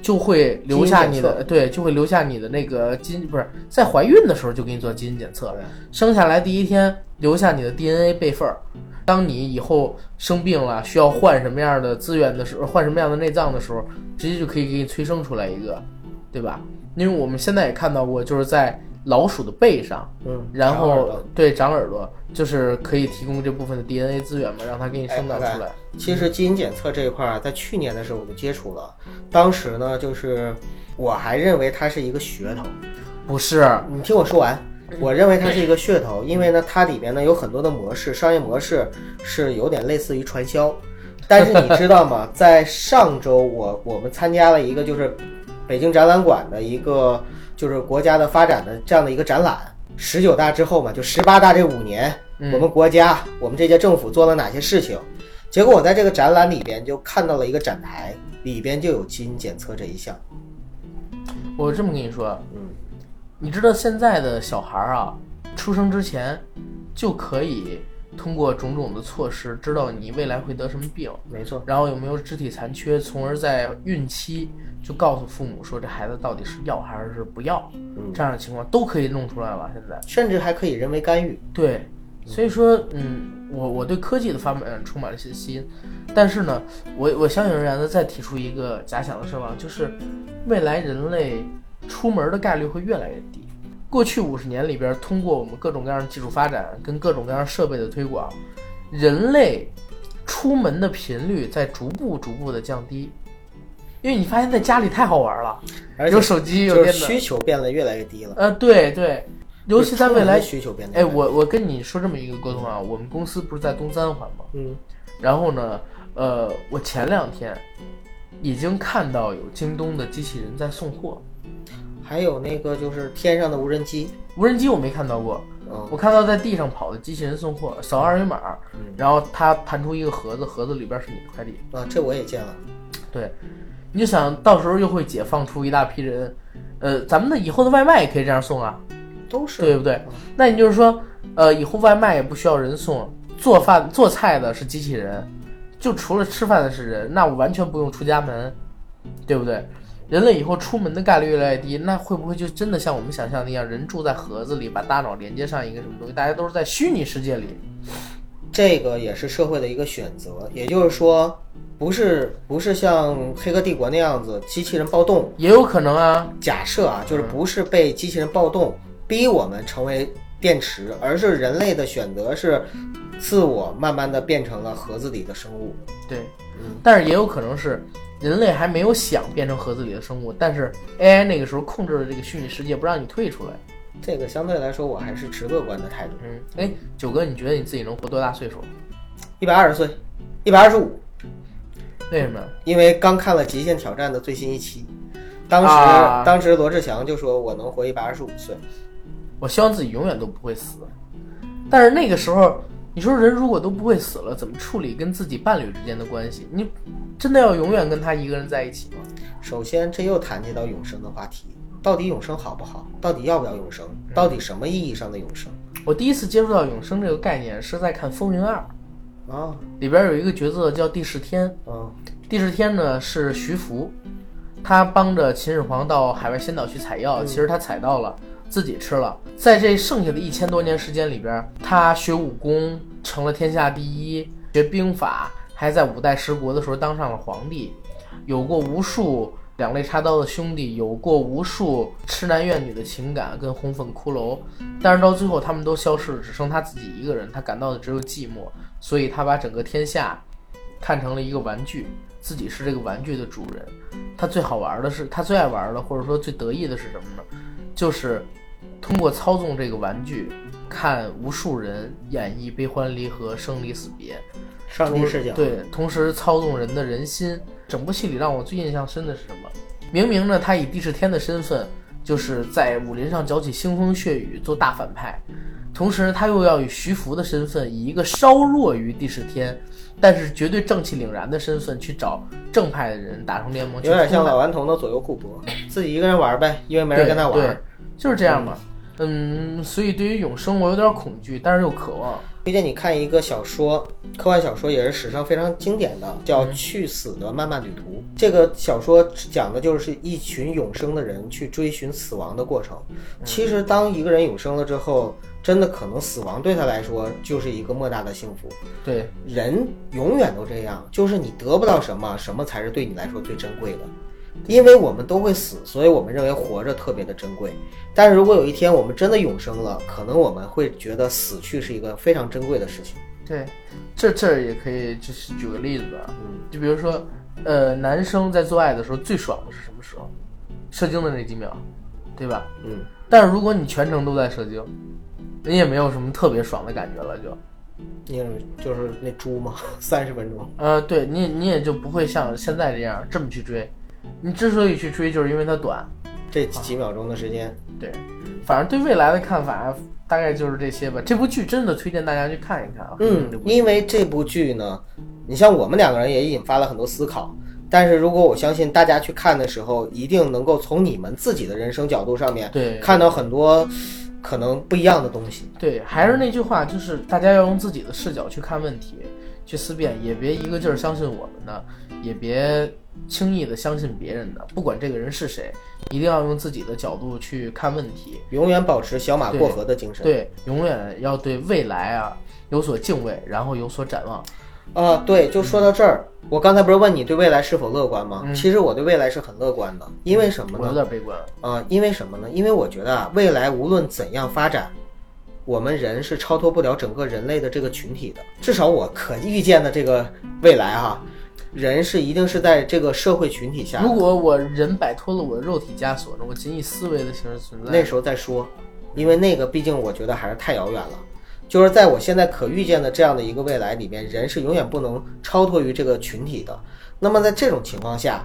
Speaker 1: 就会留下你
Speaker 2: 基
Speaker 1: 的对，就会留下你的那个基因，不是在怀孕的时候就给你做基因检测，生下来第一天留下你的 DNA 备份儿。当你以后生病了，需要换什么样的资源的时候，换什么样的内脏的时候，直接就可以给你催生出来一个，对吧？因为我们现在也看到过，就是在老鼠的背上。
Speaker 2: 嗯，
Speaker 1: 然
Speaker 2: 长耳朵
Speaker 1: 后对长耳朵就是可以提供这部分的 DNA 资源嘛，让它给你生长
Speaker 2: 哎
Speaker 1: 出来。
Speaker 2: 其实基因检测这一块儿，在去年的时候我就接触了，当时呢，就是我还认为它是一个噱头。
Speaker 1: 不是，
Speaker 2: 你听我说完，我认为它是一个噱头，因为呢，它里边呢有很多的模式，商业模式是有点类似于传销。但是你知道吗？在上周我我们参加了一个就是北京展览馆的一个就是国家的发展的这样的一个展览。十九大之后嘛，就十八大这五年，
Speaker 1: 嗯
Speaker 2: 我们国家我们这届政府做了哪些事情？结果我在这个展览里边就看到了一个展台，里边就有基因检测这一项。
Speaker 1: 我这么跟你说，
Speaker 2: 嗯，
Speaker 1: 你知道现在的小孩儿啊，出生之前就可以通过种种的措施知道你未来会得什么病，
Speaker 2: 没错，
Speaker 1: 然后有没有肢体残缺，从而在孕期就告诉父母说这孩子到底是要还是不要，
Speaker 2: 嗯，
Speaker 1: 这样的情况都可以弄出来了。现在。
Speaker 2: 甚至还可以人为干预。
Speaker 1: 对，所以说，嗯，我我对科技的发展充满了信心，但是呢，我我相信仍然的再提出一个假想的奢望，就是未来人类出门的概率会越来越低。过去五十年里边，通过我们各种各样的技术发展跟各种各样设备的推广，人类出门的频率在逐步逐步的降低，因为你发现在家里太好玩了，
Speaker 2: 而且
Speaker 1: 有手机有
Speaker 2: 就是
Speaker 1: 电脑，
Speaker 2: 需求变得越来越低了，
Speaker 1: 呃，对对，尤其在
Speaker 2: 就
Speaker 1: 未
Speaker 2: 是出门
Speaker 1: 来
Speaker 2: 的需求变得
Speaker 1: 哎，
Speaker 2: 越来越低
Speaker 1: 我我跟你说这么一个沟通啊，我们公司不是在东三环吗？
Speaker 2: 嗯
Speaker 1: 然后呢，呃，我前两天已经看到有京东的机器人在送货，
Speaker 2: 还有那个就是天上的无人机，
Speaker 1: 无人机我没看到过，
Speaker 2: 嗯嗯
Speaker 1: 我看到在地上跑的机器人送货，扫二维码，然后它弹出一个盒子，盒子里边是你的快递。
Speaker 2: 啊，这我也见了，
Speaker 1: 对，你就想到时候又会解放出一大批人，呃，咱们的以后的外卖也可以这样送啊，
Speaker 2: 都是
Speaker 1: 对不对？那你就是说，呃，以后外卖也不需要人送，做饭做菜的是机器人，就除了吃饭的是人，那我完全不用出家门，对不对？人类以后出门的概率越来越低，那会不会就真的像我们想象的一样，人住在盒子里，把大脑连接上一个什么东西？大家都是在虚拟世界里。
Speaker 2: 这个也是社会的一个选择，也就是说，不是不是像《黑客帝国》那样子机器人暴动。
Speaker 1: 也有可能啊，
Speaker 2: 假设啊，就是不是被机器人暴动逼我们成为电池，而是人类的选择是自我慢慢的变成了盒子里的生物。
Speaker 1: 对，但是也有可能是人类还没有想变成盒子里的生物，但是 AI 那个时候控制了这个虚拟世界，不让你退出来。
Speaker 2: 这个相对来说，我还是持乐观的态度。
Speaker 1: 嗯，哎，九哥，你觉得你自己能活多大岁数？
Speaker 2: 一百二十岁，一百二十五，
Speaker 1: 为什么？
Speaker 2: 因为刚看了《极限挑战》的最新一期，当时、
Speaker 1: 啊
Speaker 2: 当时罗志祥就说我能活一百二十五岁。
Speaker 1: 我希望自己永远都不会死。但是那个时候，你说人如果都不会死了，怎么处理跟自己伴侣之间的关系？你真的要永远跟他一个人在一起吗？
Speaker 2: 首先，这又谈及到永生的话题，到底永生好不好？到底要不要永生？
Speaker 1: 嗯
Speaker 2: 到底什么意义上的永生？
Speaker 1: 我第一次接触到永生这个概念是在看《风云二
Speaker 2: 啊，》，
Speaker 1: 里边有一个角色叫帝释天，
Speaker 2: 嗯，
Speaker 1: 帝释天呢是徐福，他帮着秦始皇到海外仙岛去采药，其实他采到了，自己吃了。在这剩下的一千多年时间里边，他学武功成了天下第一，学兵法，还在五代十国的时候当上了皇帝，有过无数两肋插刀的兄弟，有过无数痴男怨女的情感跟红粉骷髅，但是到最后他们都消失了，只剩他自己一个人，他感到的只有寂寞，所以他把整个天下看成了一个玩具，自己是这个玩具的主人。他最好玩的是，他最爱玩的，或者说最得意的是什么呢？就是通过操纵这个玩具，看无数人演绎悲欢离合、生离死别。
Speaker 2: 上帝视角，
Speaker 1: 对，同时操纵人的人心。整部戏里让我最印象深的是什么？明明呢，他以帝释天的身份，就是在武林上搅起腥风血雨，做大反派。同时呢，他又要以徐福的身份，以一个稍弱于帝释天，但是绝对正气凛然的身份去找正派的人打成联盟，去
Speaker 2: 有点像
Speaker 1: 冲他
Speaker 2: 老顽童的左右互搏，自己一个人玩呗，因为没人跟他
Speaker 1: 对对
Speaker 2: 玩。
Speaker 1: 就是这样嘛。嗯，所以对于永生我有点恐惧，但是又渴望。
Speaker 2: 推荐你看一个小说，科幻小说也是史上非常经典的，叫《去死的漫漫旅途》。这个小说讲的就是一群永生的人去追寻死亡的过程。其实，当一个人永生了之后，真的可能死亡对他来说就是一个莫大的幸福。
Speaker 1: 对，
Speaker 2: 人永远都这样，就是你得不到什么，什么才是对你来说最珍贵的。因为我们都会死，所以我们认为活着特别的珍贵。但是如果有一天我们真的永生了，可能我们会觉得死去是一个非常珍贵的事情。
Speaker 1: 对，这这儿也可以，就是举个例子吧，
Speaker 2: 嗯
Speaker 1: 就比如说，呃，男生在做爱的时候最爽的是什么时候？射精的那几秒，对吧？
Speaker 2: 嗯，
Speaker 1: 但是如果你全程都在射精，你也没有什么特别爽的感觉了，就，
Speaker 2: 你就是那猪吗？ *laughs* 三十分钟，
Speaker 1: 呃，对你你也就不会像现在这样这么去追。你之所以去追，就是因为它短。
Speaker 2: 这几秒钟的时间，
Speaker 1: 对，
Speaker 2: 嗯
Speaker 1: 反正对未来的看法大概就是这些吧。这部剧真的推荐大家去看一看啊。
Speaker 2: 嗯，因为这部剧呢，你像我们两个人也引发了很多思考。但是如果我相信大家去看的时候，一定能够从你们自己的人生角度上面
Speaker 1: 对
Speaker 2: 看到很多可能不一样的东西。
Speaker 1: 对，还是那句话，就是大家要用自己的视角去看问题，去思辨，也别一个劲儿相信我们的，也别轻易的相信别人的，不管这个人是谁，一定要用自己的角度去看问题。
Speaker 2: 永远保持小马过河的精神。
Speaker 1: 对，永远要对未来啊有所敬畏，然后有所展望。
Speaker 2: 啊，对，就说到这儿，我刚才不是问你对未来是否乐观吗？其实我对未来是很乐观的，因为什么
Speaker 1: 我有
Speaker 2: 呢？
Speaker 1: 点悲观，
Speaker 2: 啊，因为什么呢？因为我觉得啊，未来无论怎样发展，我们人是超脱不了整个人类的这个群体的。至少我可预见的这个未来哈、人是一定是在这个社会群体下
Speaker 1: 如，果我人摆脱了我的肉体枷锁呢，我仅以思维的形式存在。
Speaker 2: 那时候再说，因为那个毕竟我觉得还是太遥远了。就是在我现在可预见的这样的一个未来里面，人是永远不能超脱于这个群体的。那么在这种情况下，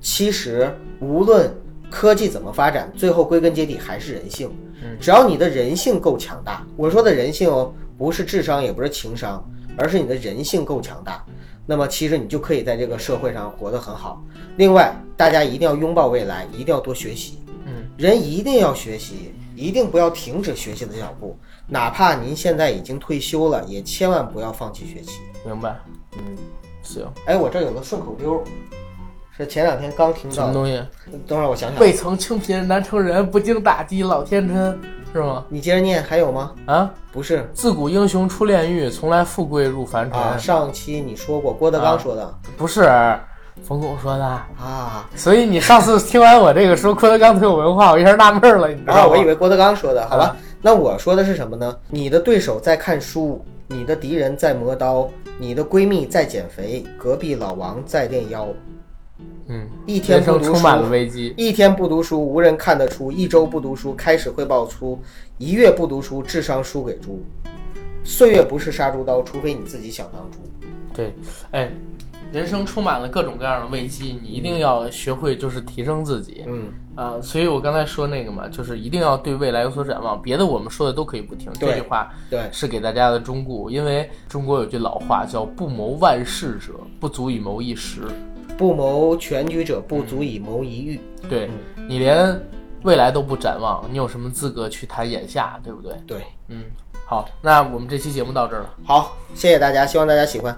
Speaker 2: 其实无论科技怎么发展，最后归根结底还是人性。
Speaker 1: 嗯
Speaker 2: 只要你的人性够强大，我说的人性哦，不是智商，也不是情商，而是你的人性够强大。那么其实你就可以在这个社会上活得很好。
Speaker 1: 嗯
Speaker 2: 另外，大家一定要拥抱未来，一定要多学习。人一定要学习，一定不要停止学习的脚步，哪怕您现在已经退休了，也千万不要放弃学习。
Speaker 1: 明白，
Speaker 2: 嗯，
Speaker 1: 行，
Speaker 2: 哎，我这儿有个顺口溜儿，是前两天刚听
Speaker 1: 什
Speaker 2: 到
Speaker 1: 么
Speaker 2: 的。
Speaker 1: 东西？
Speaker 2: 等会儿我想想，
Speaker 1: 未曾清贫难成人，不经打击老天真，是吗？
Speaker 2: 你接着念，还有吗？
Speaker 1: 啊，
Speaker 2: 不是
Speaker 1: 自古英雄出炼狱，从来富贵入凡尘。
Speaker 2: 啊，上期你说过郭德纲说的
Speaker 1: 不是，冯巩说的。
Speaker 2: 啊
Speaker 1: 所以你上次听完我这个说郭德纲特有文化，我一下纳闷了，你知
Speaker 2: 啊，
Speaker 1: 道吗？
Speaker 2: 我以为郭德纲说的，好吧
Speaker 1: 啊？
Speaker 2: 那我说的是什么呢？你的对手在看书，你的敌人在磨刀，你的闺蜜在减肥，隔壁老王在练腰。
Speaker 1: 嗯，
Speaker 2: 一天
Speaker 1: 人
Speaker 2: 不
Speaker 1: 生
Speaker 2: 读
Speaker 1: 充
Speaker 2: 书，
Speaker 1: 满了危机。
Speaker 2: 一天不读书无人看得出，一周不读书开始汇报出，一月不读书智商输给猪。岁月不是杀猪刀，除非你自己想当猪。
Speaker 1: 对，
Speaker 2: 嗯
Speaker 1: 哎，人生充满了各种各样的危机，你一定要学会就是提升自己。
Speaker 2: 嗯，
Speaker 1: 啊，所以我刚才说那个嘛，就是一定要对未来有所展望，别的我们说的都可以不听。
Speaker 2: 对
Speaker 1: 这句话
Speaker 2: 对，
Speaker 1: 是给大家的忠告，因为中国有句老话叫“不谋万事者，不足以谋一时
Speaker 2: 不谋全局者，不足以谋一域。”
Speaker 1: 对。你连未来都不展望，你有什么资格去谈眼下，对不对？
Speaker 2: 对，
Speaker 1: 嗯，好，那我们这期节目到这儿了。
Speaker 2: 好，谢谢大家，希望大家喜欢。